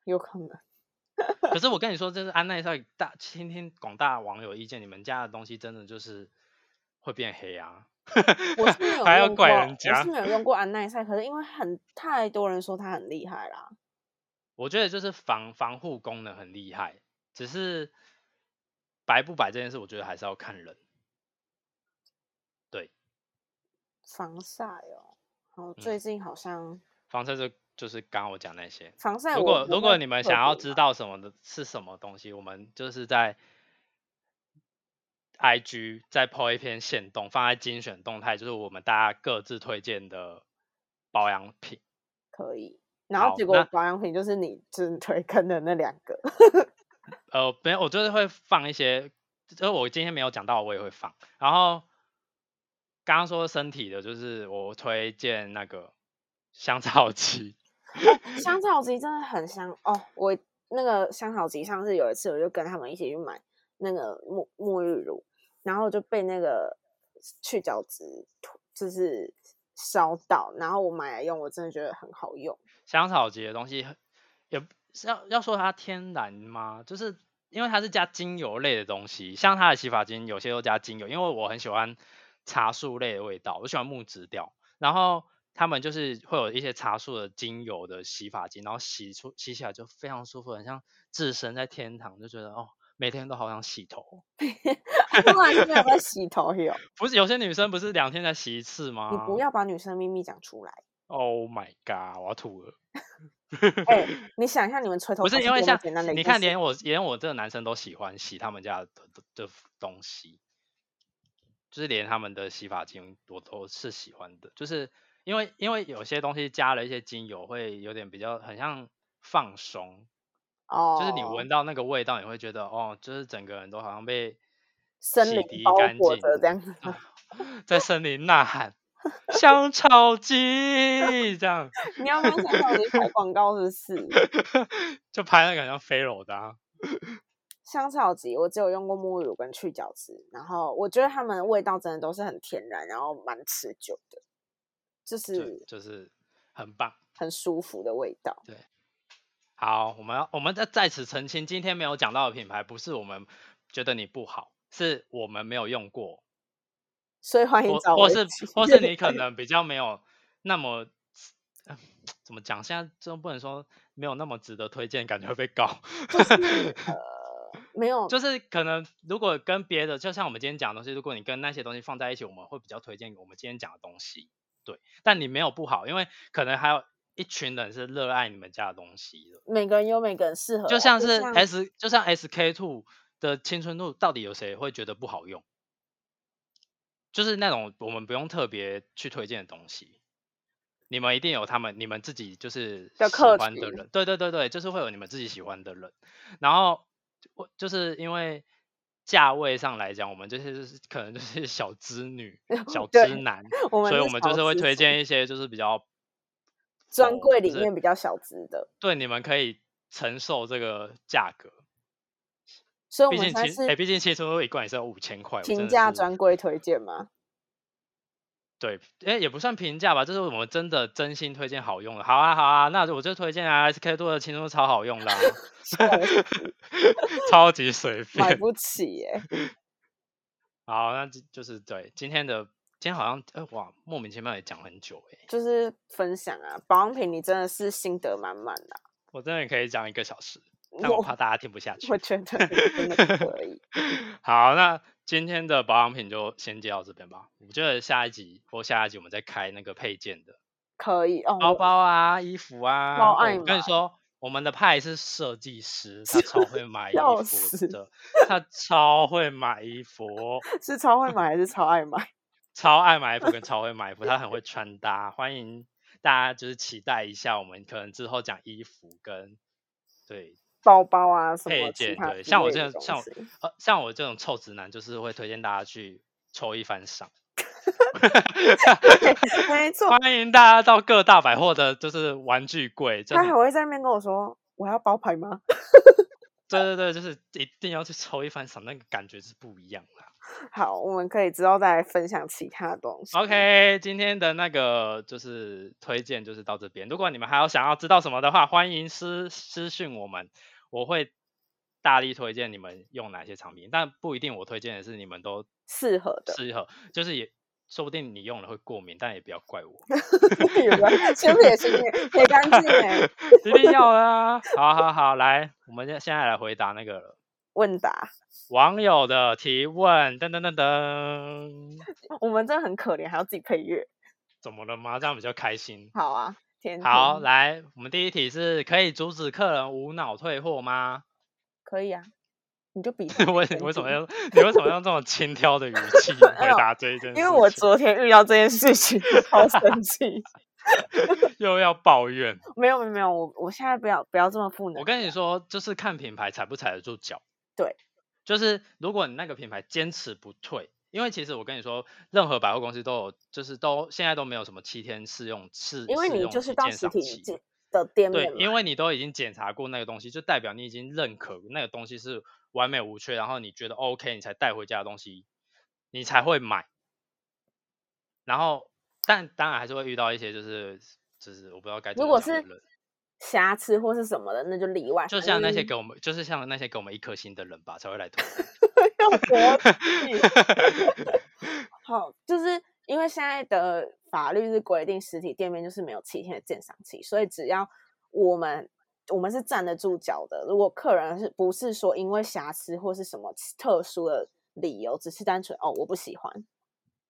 [SPEAKER 3] 有可能
[SPEAKER 2] 可是我跟你说，这是安奈赛大，听听广大网友意见，你们家的东西真的就是会变黑啊！
[SPEAKER 3] 我
[SPEAKER 2] (laughs)
[SPEAKER 3] 是没有
[SPEAKER 2] 还要
[SPEAKER 3] 用过，
[SPEAKER 2] 怪人
[SPEAKER 3] 我
[SPEAKER 2] 家
[SPEAKER 3] 是没有用过安耐晒，可是因为很太多人说它很厉害啦，
[SPEAKER 2] 我觉得就是防防护功能很厉害，只是白不白这件事，我觉得还是要看人。
[SPEAKER 3] 防晒哦。好，
[SPEAKER 2] 嗯
[SPEAKER 3] 最近好像
[SPEAKER 2] 防晒就就是刚刚我讲那些。
[SPEAKER 3] 防晒我
[SPEAKER 2] 如
[SPEAKER 3] 不会特别买。
[SPEAKER 2] 果如果你们想要知道什么的是什么东西，我们就是在 IG 再 po 一篇限动，放在精选动态，就是我们大家各自推荐的保养品。
[SPEAKER 3] 可以，然后
[SPEAKER 2] 好
[SPEAKER 3] 结果
[SPEAKER 2] 那
[SPEAKER 3] 保养品就是你只推坑的那两个，
[SPEAKER 2] 呃，没有，我就是会放一些，就是我今天没有讲到，我也会放。然后刚刚说身体的，就是我推荐那个香草 (laughs) 鸡，
[SPEAKER 3] 香草集真的很香哦。我那个香草集上次有一次，我就跟他们一起去买那个沐沐浴乳，然后就被那个去角质涂就是烧到，然后我买来用，我真的觉得很好用。 (laughs)
[SPEAKER 2] 香草级的东西很，也不是要要说它天然吗？就是因为它是加精油类的东西，像它的洗发精有些都加精油，因为我很喜欢茶树类的味道，我喜欢木质调，然后他们就是会有一些茶树的精油的洗发精，然后洗出洗起来就非常舒服，很像置身在天堂，就觉得哦。每天都好想洗头，
[SPEAKER 3] 不然你有在洗头
[SPEAKER 2] (laughs)
[SPEAKER 3] 有？
[SPEAKER 2] 不是有些女生不是两天才洗一次吗？
[SPEAKER 3] 你不要把女生秘密讲出来。
[SPEAKER 2] ！Oh my god，我要吐了。
[SPEAKER 3] 哎、你想一下，你们吹头
[SPEAKER 2] 不
[SPEAKER 3] 发
[SPEAKER 2] 是因
[SPEAKER 3] 多
[SPEAKER 2] 为
[SPEAKER 3] 么
[SPEAKER 2] 像
[SPEAKER 3] 简单的一
[SPEAKER 2] 你
[SPEAKER 3] 件
[SPEAKER 2] 看，
[SPEAKER 3] 事
[SPEAKER 2] 连我连我这个男生都喜欢洗他们家的的的东西，就是连他们的洗发精我都是喜欢的，就是因为因为有些东西加了一些精油，会有点比较很像放松，
[SPEAKER 3] 哦，
[SPEAKER 2] 就是你闻到那个味道，你会觉得哦，就是整个人都好像被
[SPEAKER 3] 森
[SPEAKER 2] 洗
[SPEAKER 3] 林
[SPEAKER 2] 涤
[SPEAKER 3] 包
[SPEAKER 2] 干
[SPEAKER 3] 裹
[SPEAKER 2] 净啊
[SPEAKER 3] 着这样子。
[SPEAKER 2] 在森林呐喊香草精这样，
[SPEAKER 3] (laughs)
[SPEAKER 2] (laughs)
[SPEAKER 3] 你要帮香草集拍广告是不是？
[SPEAKER 2] 就拍那个很像飞楼的、啊。
[SPEAKER 3] 香草集，我只有用过沐浴乳跟去角质，然后我觉得它们的味道真的都是很天然，然后蛮持久的，就
[SPEAKER 2] 就是就是很棒。
[SPEAKER 3] 很舒服的味道。
[SPEAKER 2] 好，我们要我们再在此澄清，今天没有讲到的品牌，不是我们觉得你不好，是我们没有用过，
[SPEAKER 3] 所以欢迎
[SPEAKER 2] 或
[SPEAKER 3] 找
[SPEAKER 2] 或
[SPEAKER 3] 我一
[SPEAKER 2] 是
[SPEAKER 3] 起，
[SPEAKER 2] 或是你
[SPEAKER 3] (laughs)
[SPEAKER 2] 可能比较没有那么。呃怎么讲？现在真不能说没有那么值得推荐，感觉会被
[SPEAKER 3] (laughs)
[SPEAKER 2] 告。
[SPEAKER 3] 没有，
[SPEAKER 2] 就是可能如果跟别的，就像我们今天讲的东西，如果你跟那些东西放在一起，我们会比较推荐我们今天讲的东西。对，但你没有不好，因为可能还有一群人是热爱你们家的东西的。
[SPEAKER 3] 每个人有每个人适合啊，
[SPEAKER 2] 就像是
[SPEAKER 3] 像
[SPEAKER 2] S 就像 SK two 的青春露，到底有谁会觉得不好用？就是那种我们不用特别去推荐的东西，你们一定有他们你们自己就是
[SPEAKER 3] 的
[SPEAKER 2] 喜
[SPEAKER 3] 客
[SPEAKER 2] 欢的
[SPEAKER 3] 群
[SPEAKER 2] 人，对对对对，就是会有你们自己喜欢的人。然后我就是因为价位上来讲，我们这些就是可能就是小资
[SPEAKER 3] (laughs)
[SPEAKER 2] 女、小
[SPEAKER 3] 对
[SPEAKER 2] 资男，
[SPEAKER 3] (laughs) 我们
[SPEAKER 2] 所以
[SPEAKER 3] 是
[SPEAKER 2] 我们就
[SPEAKER 3] 小
[SPEAKER 2] 是会
[SPEAKER 3] 资
[SPEAKER 2] 推
[SPEAKER 3] 族
[SPEAKER 2] 荐一些就是比较
[SPEAKER 3] 专
[SPEAKER 2] 哦
[SPEAKER 3] 柜
[SPEAKER 2] 就
[SPEAKER 3] 里
[SPEAKER 2] 是
[SPEAKER 3] 面比较小资的，
[SPEAKER 2] 对你们可以承受这个价格。
[SPEAKER 3] 所以我
[SPEAKER 2] 毕
[SPEAKER 3] 们
[SPEAKER 2] 竟
[SPEAKER 3] 才
[SPEAKER 2] 其哎，
[SPEAKER 3] 是
[SPEAKER 2] 毕竟青春露一罐也是要五千块，我真
[SPEAKER 3] 平
[SPEAKER 2] 的
[SPEAKER 3] 价
[SPEAKER 2] 是
[SPEAKER 3] 专柜推荐吗？
[SPEAKER 2] 对，哎也不算平价吧，这是我们真的真心推荐好用的。好啊好啊，那我就推荐啊 SK two 的青春露超好
[SPEAKER 3] (laughs)
[SPEAKER 2] 用的啊、
[SPEAKER 3] 笑死
[SPEAKER 2] (laughs) 超级随
[SPEAKER 3] 买
[SPEAKER 2] 便。
[SPEAKER 3] 不起耶、
[SPEAKER 2] 好，那就就是对今天的今天好像哎、哇，莫名其妙也讲很久哎、
[SPEAKER 3] 就是分享啊，保养品你真的是心得满啊满啦、
[SPEAKER 2] 我真的可以讲一个小时， (laughs)
[SPEAKER 3] (laughs)
[SPEAKER 2] 但
[SPEAKER 3] 我
[SPEAKER 2] 我怕大家听不下去
[SPEAKER 3] 我。觉得你真的可以。 (laughs)
[SPEAKER 2] 好，那今天的保养品就先接到这边吧。我觉得下一集或下一集我们再开那个配件的。
[SPEAKER 3] 可以哦，
[SPEAKER 2] 包
[SPEAKER 3] 我
[SPEAKER 2] 包啊、衣服啊。
[SPEAKER 3] 超
[SPEAKER 2] 我
[SPEAKER 3] 爱
[SPEAKER 2] 跟你
[SPEAKER 3] 买
[SPEAKER 2] 说，我们的派是设计师，他超会买衣
[SPEAKER 3] 笑
[SPEAKER 2] 服
[SPEAKER 3] 死
[SPEAKER 2] 的，他超会买衣服，
[SPEAKER 3] 是超会买还是超爱买？
[SPEAKER 2] 超爱买衣服跟超会买衣服，他很会穿搭。欢迎大家就是期待一下，我们可能之后讲衣服跟对
[SPEAKER 3] 包包啊什
[SPEAKER 2] 配
[SPEAKER 3] 么其
[SPEAKER 2] 件
[SPEAKER 3] 他
[SPEAKER 2] 对
[SPEAKER 3] 之
[SPEAKER 2] 像我
[SPEAKER 3] 类
[SPEAKER 2] 这
[SPEAKER 3] 的
[SPEAKER 2] 样
[SPEAKER 3] 东
[SPEAKER 2] 像我
[SPEAKER 3] 西 (laughs)
[SPEAKER 2] 呃，像我这种臭直男，就是会推荐大家去抽一
[SPEAKER 3] (laughs)
[SPEAKER 2] 番赏。 (laughs)
[SPEAKER 3] 没错，
[SPEAKER 2] 欢迎大家到各大百货的，就是玩具柜，就
[SPEAKER 3] 他
[SPEAKER 2] 是
[SPEAKER 3] 还会在那边跟我说我要包牌吗？ (laughs)
[SPEAKER 2] 对对对，就是一定要去抽一番赏，那个感觉是不一样啊啦。
[SPEAKER 3] 好，我们可以之后再来分享其他的东西。
[SPEAKER 2] OK，今天的那个就是推荐就是到这边。如果你们还有想要知道什么的话，欢迎私私讯我们，我会大力推荐你们用哪些产品，但不一定我推荐的是你们都
[SPEAKER 3] 适合的，
[SPEAKER 2] 适合，就是也说不定你用了会过敏，但也不要怪我，
[SPEAKER 3] (laughs) 有没有是不是也是很干净哎？
[SPEAKER 2] (laughs) 一定要啦！好好好，来，我们现现在来回答那个了
[SPEAKER 3] 问答，
[SPEAKER 2] 网友的提问，噔噔噔噔，
[SPEAKER 3] 我们真的很可怜，还要自己配乐。
[SPEAKER 2] 怎么了吗？这样比较开心。
[SPEAKER 3] 好啊，天
[SPEAKER 2] 好，
[SPEAKER 3] 天
[SPEAKER 2] 来，我们第一题是可以阻止客人无脑退货吗？ (laughs)
[SPEAKER 3] 可以啊，你就比
[SPEAKER 2] 为
[SPEAKER 3] 神
[SPEAKER 2] 为什么
[SPEAKER 3] 经
[SPEAKER 2] 要你为什么要用这种轻佻的语
[SPEAKER 3] (laughs)
[SPEAKER 2] 气回
[SPEAKER 3] 哎呦
[SPEAKER 2] 答这一件事情？
[SPEAKER 3] 因为
[SPEAKER 2] (laughs)
[SPEAKER 3] 我昨天遇到这件事情，超生气。
[SPEAKER 2] 又要抱怨。
[SPEAKER 3] 没有没有没有，我我现在不要不要这么负能量。
[SPEAKER 2] 我跟你说，就是看品牌踩不踩得住脚。
[SPEAKER 3] 对，
[SPEAKER 2] 就是如果你那个品牌坚持不退，因为其实我跟你说，任何百货公司都有，就是都现在都没有什么七天试用试，
[SPEAKER 3] 因为
[SPEAKER 2] 试
[SPEAKER 3] 你
[SPEAKER 2] 用
[SPEAKER 3] 就是
[SPEAKER 2] 期
[SPEAKER 3] 到
[SPEAKER 2] 鉴
[SPEAKER 3] 实
[SPEAKER 2] 赏
[SPEAKER 3] 体
[SPEAKER 2] 期
[SPEAKER 3] 店的店
[SPEAKER 2] 对
[SPEAKER 3] 面，
[SPEAKER 2] 因
[SPEAKER 3] 嘛，
[SPEAKER 2] 为你都已经检查过那个东西，就代表你已经认可那个东西是完美无缺，然后你觉得 OK，你才带回家的东西，你才会买。然后，但当然还是会遇到一些就是就是我不知道该怎
[SPEAKER 3] 如
[SPEAKER 2] 么
[SPEAKER 3] 果
[SPEAKER 2] 讲的
[SPEAKER 3] 是
[SPEAKER 2] 人，
[SPEAKER 3] 瑕疵或是什么的，那就例外。
[SPEAKER 2] 就
[SPEAKER 3] 反
[SPEAKER 2] 像那些
[SPEAKER 3] 正
[SPEAKER 2] 给我们就是像那些给我们一颗星的人吧，才会来投。
[SPEAKER 3] 要
[SPEAKER 2] (laughs)
[SPEAKER 3] 多气好，就是因为现在的法律是规定实体店面就是没有七天的鉴赏期，所以只要我们我们是站得住脚的，如果客人是不是说因为瑕疵或是什么特殊的理由，只是单纯哦我不喜欢，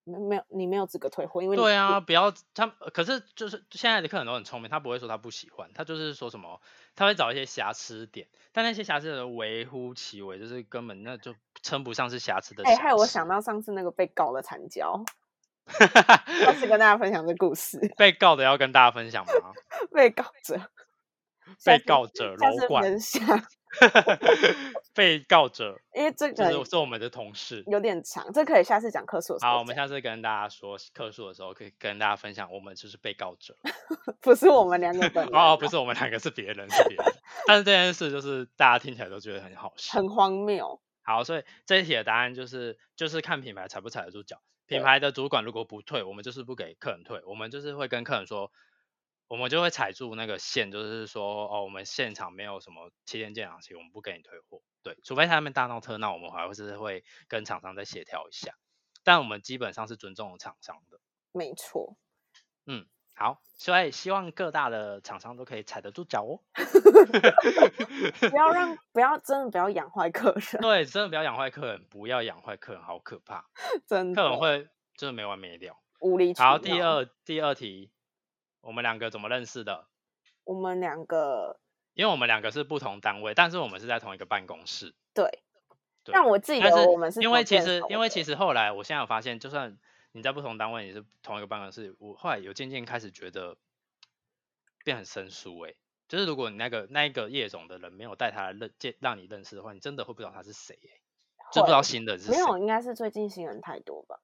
[SPEAKER 3] 没没有你没有资格退货，因为你
[SPEAKER 2] 对啊，，不要他们。可是就是现在的客人都很聪明，他不会说他不喜欢，他就是说什么，他会找一些瑕疵点，但那些瑕疵的微乎其微，就是根本那就称不上是瑕疵的瑕
[SPEAKER 3] 哎、
[SPEAKER 2] 疵。
[SPEAKER 3] 害我想到上次那个被告的惨叫，
[SPEAKER 2] 到
[SPEAKER 3] 上次跟大家分享这故事，
[SPEAKER 2] (laughs)
[SPEAKER 3] (laughs)
[SPEAKER 2] 被告的要跟大家分享吗？ (laughs)
[SPEAKER 3] 被告者，下
[SPEAKER 2] 被
[SPEAKER 3] 次
[SPEAKER 2] 告者
[SPEAKER 3] 下
[SPEAKER 2] 楼
[SPEAKER 3] 次
[SPEAKER 2] 管，
[SPEAKER 3] 分享，
[SPEAKER 2] 被告者
[SPEAKER 3] 因为这
[SPEAKER 2] 就
[SPEAKER 3] 个
[SPEAKER 2] 是是我们的同事。
[SPEAKER 3] 有点长，这可以下次讲课所
[SPEAKER 2] 好，我们下次跟大家说客诉的时候，可以跟大家分享，我们就是被告
[SPEAKER 3] (laughs)
[SPEAKER 2] 者。
[SPEAKER 3] 不是我们两个本人
[SPEAKER 2] 哦，不
[SPEAKER 3] 啊
[SPEAKER 2] 是我们两个，是别人，是别人。但是这件事就是大家听起来都觉得很好笑。
[SPEAKER 3] 很荒谬。
[SPEAKER 2] 好，所以这一题的答案就是，就是看品牌踩不踩得住脚。品
[SPEAKER 3] 对
[SPEAKER 2] 牌的主管如果不退，我们就是不给客人退，我们就是会跟客人说，我们就会踩住那个线，就是说，哦，我们现场没有什么七天鉴赏期，我们不给你退货。对，除非他们大闹特闹，我们还会是会跟厂商再协调一下。但我们基本上是尊重厂商的。
[SPEAKER 3] 没错，
[SPEAKER 2] 好，所以希望各大的厂商都可以踩得住脚
[SPEAKER 3] (laughs)
[SPEAKER 2] 哦。
[SPEAKER 3] 不要让不要真的不要养坏客人，
[SPEAKER 2] 对，真的不要养坏客人，不要养坏客人，好可怕，
[SPEAKER 3] 真
[SPEAKER 2] 客人
[SPEAKER 3] 的
[SPEAKER 2] 会真的没完没了。
[SPEAKER 3] 无理取
[SPEAKER 2] 好，第
[SPEAKER 3] 闹，
[SPEAKER 2] 二第二题，我们两个怎么认识的？
[SPEAKER 3] 我们两个
[SPEAKER 2] 因为我们两个是不同单位，但是我们是在同一个办公室。
[SPEAKER 3] 对，
[SPEAKER 2] 对
[SPEAKER 3] 但我自己
[SPEAKER 2] 但
[SPEAKER 3] 觉
[SPEAKER 2] 是
[SPEAKER 3] 得我们是
[SPEAKER 2] 因为
[SPEAKER 3] 同
[SPEAKER 2] 其
[SPEAKER 3] 店
[SPEAKER 2] 实
[SPEAKER 3] 熟
[SPEAKER 2] 因为
[SPEAKER 3] 的
[SPEAKER 2] 其实后来我现在有发现，就算你在不同单位，你是同一个办公室，我后来有渐渐开始觉得变很生疏诶、就是如果你那个那一个业种的人没有带他来认见让你认识的话，你真的会不知道他是谁耶、就不知道
[SPEAKER 3] 会
[SPEAKER 2] 新人是
[SPEAKER 3] 没
[SPEAKER 2] 谁。
[SPEAKER 3] 有，应该是最近新人太多吧？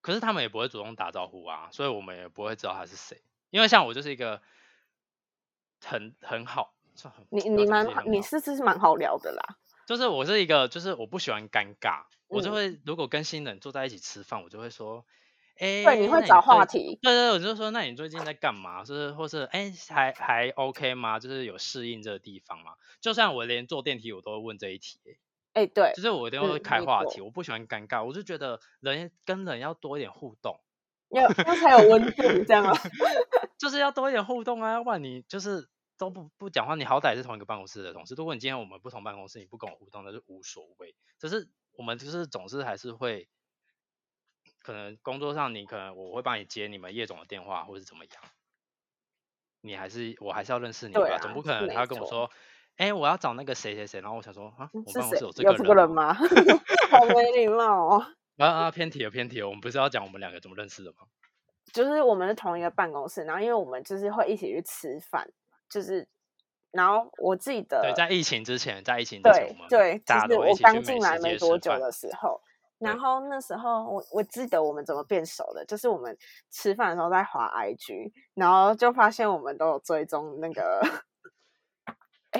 [SPEAKER 2] 可是他们也不会主动打招呼啊，所以我们也不会知道他是谁。因为像我就是一个很很好，算很
[SPEAKER 3] 你
[SPEAKER 2] 不要
[SPEAKER 3] 你
[SPEAKER 2] 讲
[SPEAKER 3] 蛮
[SPEAKER 2] 自己很
[SPEAKER 3] 你
[SPEAKER 2] 好
[SPEAKER 3] 是是蛮好聊的啦，
[SPEAKER 2] 就是我是一个就是我不喜欢尴尬，我就
[SPEAKER 3] 嗯
[SPEAKER 2] 会如果跟新人坐在一起吃饭，我就会说，哎、
[SPEAKER 3] 对，你
[SPEAKER 2] 那
[SPEAKER 3] 会找
[SPEAKER 2] 最
[SPEAKER 3] 话题，
[SPEAKER 2] 对对，我就说，那你最近在干嘛？就是或是哎、还还 OK 吗？就是有适应这个地方吗？就算我连坐电梯我都会问这一题、欸
[SPEAKER 3] 哎，对
[SPEAKER 2] 就，是我一定会
[SPEAKER 3] 嗯
[SPEAKER 2] 开
[SPEAKER 3] 没
[SPEAKER 2] 话
[SPEAKER 3] 错
[SPEAKER 2] 题，我不喜欢尴尬，我就觉得人跟人要多一点互动。
[SPEAKER 3] 要要才有温度，这样啊，
[SPEAKER 2] 就是要多一点互动啊，要不然你就是都不不讲话，你好歹是同一个办公室的同事。如果你今天我们不同办公室，你不跟我互动，那就无所谓。只是我们就是总是还是会，可能工作上你可能我会帮你接你们叶总的电话，或是怎么样，你还是我还是要认识你
[SPEAKER 3] 对
[SPEAKER 2] 吧，总
[SPEAKER 3] 啊
[SPEAKER 2] 不可
[SPEAKER 3] 是
[SPEAKER 2] 能
[SPEAKER 3] 没
[SPEAKER 2] 他要跟我
[SPEAKER 3] 错嗯
[SPEAKER 2] 说。哎、我要找那个谁谁谁，然后我想说啊，我
[SPEAKER 3] 是
[SPEAKER 2] 办公
[SPEAKER 3] 谁
[SPEAKER 2] 室有这
[SPEAKER 3] 有
[SPEAKER 2] 个
[SPEAKER 3] 这个人
[SPEAKER 2] 人吗？
[SPEAKER 3] 吗？好没礼貌哦。
[SPEAKER 2] 啊啊，偏题了偏题了，我们不是要讲我们两个怎么认识的吗？
[SPEAKER 3] 就是我们是同一个办公室，然后因为我们就是会一起去吃饭，就是然后我记得
[SPEAKER 2] 对，在疫情之前，在疫情之前，我
[SPEAKER 3] 呃对
[SPEAKER 2] 们
[SPEAKER 3] 对，就
[SPEAKER 2] 大家
[SPEAKER 3] 是
[SPEAKER 2] 都会一
[SPEAKER 3] 我
[SPEAKER 2] 起去
[SPEAKER 3] 刚
[SPEAKER 2] 美
[SPEAKER 3] 进
[SPEAKER 2] 食
[SPEAKER 3] 来没
[SPEAKER 2] 街
[SPEAKER 3] 多
[SPEAKER 2] 吃
[SPEAKER 3] 久
[SPEAKER 2] 饭
[SPEAKER 3] 的时候，然
[SPEAKER 2] 对
[SPEAKER 3] 后那时候我我记得我们怎么变熟的，就是我们吃饭的时候在滑 IG，然后就发现我们都有追踪那个，？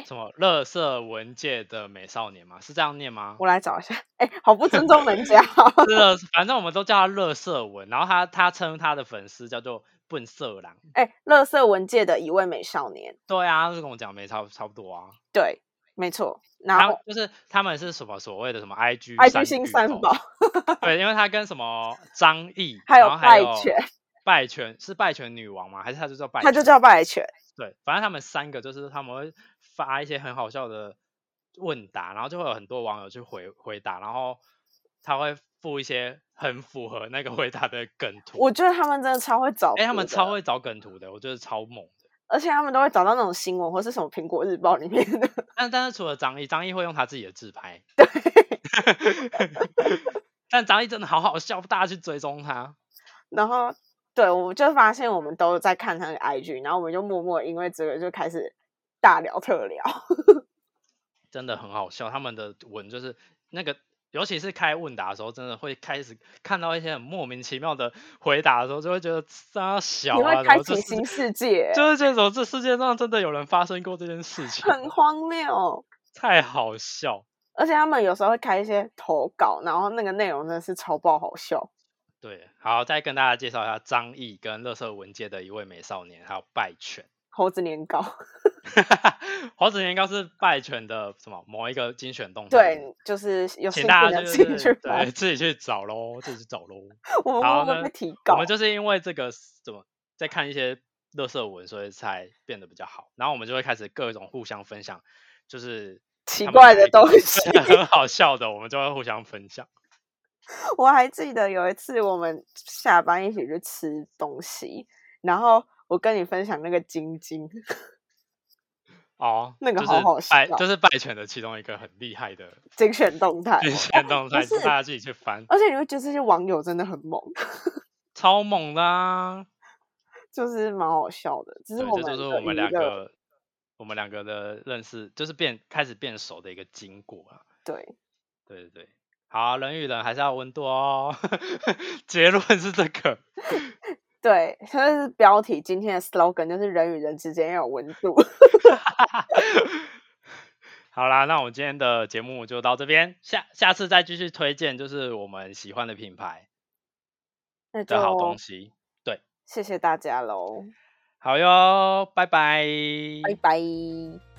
[SPEAKER 2] 什么乐色文界的美少年吗？是这样念吗
[SPEAKER 3] 我来找一下，哎，好不尊重人家哦，
[SPEAKER 2] 是乐，反正我们都叫他乐色文，然后他他称他的粉丝叫做笨色狼。
[SPEAKER 3] 哎，乐色文界的一位美少年，
[SPEAKER 2] 对啊，就跟我讲没差不差不多啊。
[SPEAKER 3] 对，没错。然
[SPEAKER 2] 他
[SPEAKER 3] 后
[SPEAKER 2] 们就是他们是什么所谓的什么 IG
[SPEAKER 3] IG 新
[SPEAKER 2] 巨
[SPEAKER 3] 三
[SPEAKER 2] 头
[SPEAKER 3] 宝，
[SPEAKER 2] 对，因为他跟什么张译，
[SPEAKER 3] 还有
[SPEAKER 2] 然后还
[SPEAKER 3] 拜犬，
[SPEAKER 2] 拜犬是拜犬女王吗？还是他就叫拜犬？
[SPEAKER 3] 他就叫拜犬，
[SPEAKER 2] 对，反正他们三个就是他们会发一些很好笑的问答，然后就会有很多网友去回回答，然后他会附一些很符合那个回答的梗图。
[SPEAKER 3] 我觉得他们真的超会找，
[SPEAKER 2] 哎、他们超，会找梗图的，我觉得超猛的。
[SPEAKER 3] 而且他们都会找到那种新闻或是什么苹果日报里面的， (laughs)
[SPEAKER 2] 但但是除了张译，张译会用他自己的自拍。 (laughs) 但张译真的好好笑，大家去追踪他。
[SPEAKER 3] 然后对我就发现我们都在看他的 IG，然后我们就默默因为这个就开始大聊特聊，
[SPEAKER 2] 真的很好笑，他们的文就是那个，尤其是开问答的时候，真的会开始看到一些很莫名其妙的回答的时候，就会觉得傻小
[SPEAKER 3] 你
[SPEAKER 2] 啊，
[SPEAKER 3] 会
[SPEAKER 2] 然
[SPEAKER 3] 开
[SPEAKER 2] 后这
[SPEAKER 3] 启
[SPEAKER 2] 世
[SPEAKER 3] 新世界，
[SPEAKER 2] (laughs) 就是这种，这世界上真的有人发生过这件事情，哦
[SPEAKER 3] 很荒谬。
[SPEAKER 2] 太好笑。
[SPEAKER 3] 而且他们有时候会开一些投稿，然后那个内容真的是超爆好笑。
[SPEAKER 2] 对，好，再跟大家介绍一下张译跟乐色文界的一位美少年，还有拜犬。 (laughs)
[SPEAKER 3] 猴子年糕，
[SPEAKER 2] 嗯黄子年糕是拜犬的什么某一个精选动画？
[SPEAKER 3] 对，就是有兴
[SPEAKER 2] 请
[SPEAKER 3] 趣
[SPEAKER 2] 大家
[SPEAKER 3] 的
[SPEAKER 2] 就
[SPEAKER 3] 自己
[SPEAKER 2] 是
[SPEAKER 3] 去
[SPEAKER 2] 对
[SPEAKER 3] 翻。
[SPEAKER 2] 自己去找喽，自己去找喽。
[SPEAKER 3] 我们
[SPEAKER 2] 好
[SPEAKER 3] 默默
[SPEAKER 2] 那
[SPEAKER 3] 被提
[SPEAKER 2] 我
[SPEAKER 3] 稿
[SPEAKER 2] 们，就是因为这个怎么在看一些乐色文，所以才变得比较好。然后我们就会开始各种互相分享，
[SPEAKER 3] (laughs)
[SPEAKER 2] 就是
[SPEAKER 3] 奇
[SPEAKER 2] 他们
[SPEAKER 3] 怪的
[SPEAKER 2] 每个
[SPEAKER 3] 东
[SPEAKER 2] (laughs)
[SPEAKER 3] 西
[SPEAKER 2] 对很好笑的，我们就会互相分享。
[SPEAKER 3] 我还记得有一次我们下班一起去吃东西，然后我跟你分享那个晶晶， (laughs)
[SPEAKER 2] 哦，
[SPEAKER 3] 那个
[SPEAKER 2] 就
[SPEAKER 3] 好
[SPEAKER 2] 是
[SPEAKER 3] 好
[SPEAKER 2] 拜
[SPEAKER 3] 笑
[SPEAKER 2] 就是拜犬的其中一个很厉害的
[SPEAKER 3] 精选动态，
[SPEAKER 2] 变现动态，
[SPEAKER 3] 是
[SPEAKER 2] 大家自己去翻，
[SPEAKER 3] 而且你会觉得这些网友真的很猛， (laughs)
[SPEAKER 2] 超猛啦、
[SPEAKER 3] 就是蛮好笑的。只是
[SPEAKER 2] 对，
[SPEAKER 3] 我
[SPEAKER 2] 这
[SPEAKER 3] 们
[SPEAKER 2] 就是
[SPEAKER 3] 的
[SPEAKER 2] 我们
[SPEAKER 3] 娱
[SPEAKER 2] 两
[SPEAKER 3] 乐
[SPEAKER 2] 个我们两个的认识，就是变开始变熟的一个经过啊。
[SPEAKER 3] 对，
[SPEAKER 2] 对对对，好，人与人还是要温度哦。 (laughs) 结论是这个。
[SPEAKER 3] 对，它是标题今天的 slogan 就是人与人之间要有温度。 (laughs)
[SPEAKER 2] (laughs) 好啦，那我们今天的节目就到这边，下下次再继续推荐就是我们喜欢的品牌
[SPEAKER 3] 那就
[SPEAKER 2] 的好东西。嗯
[SPEAKER 3] 谢谢大家喽，
[SPEAKER 2] 好哟，拜拜。
[SPEAKER 3] 拜拜。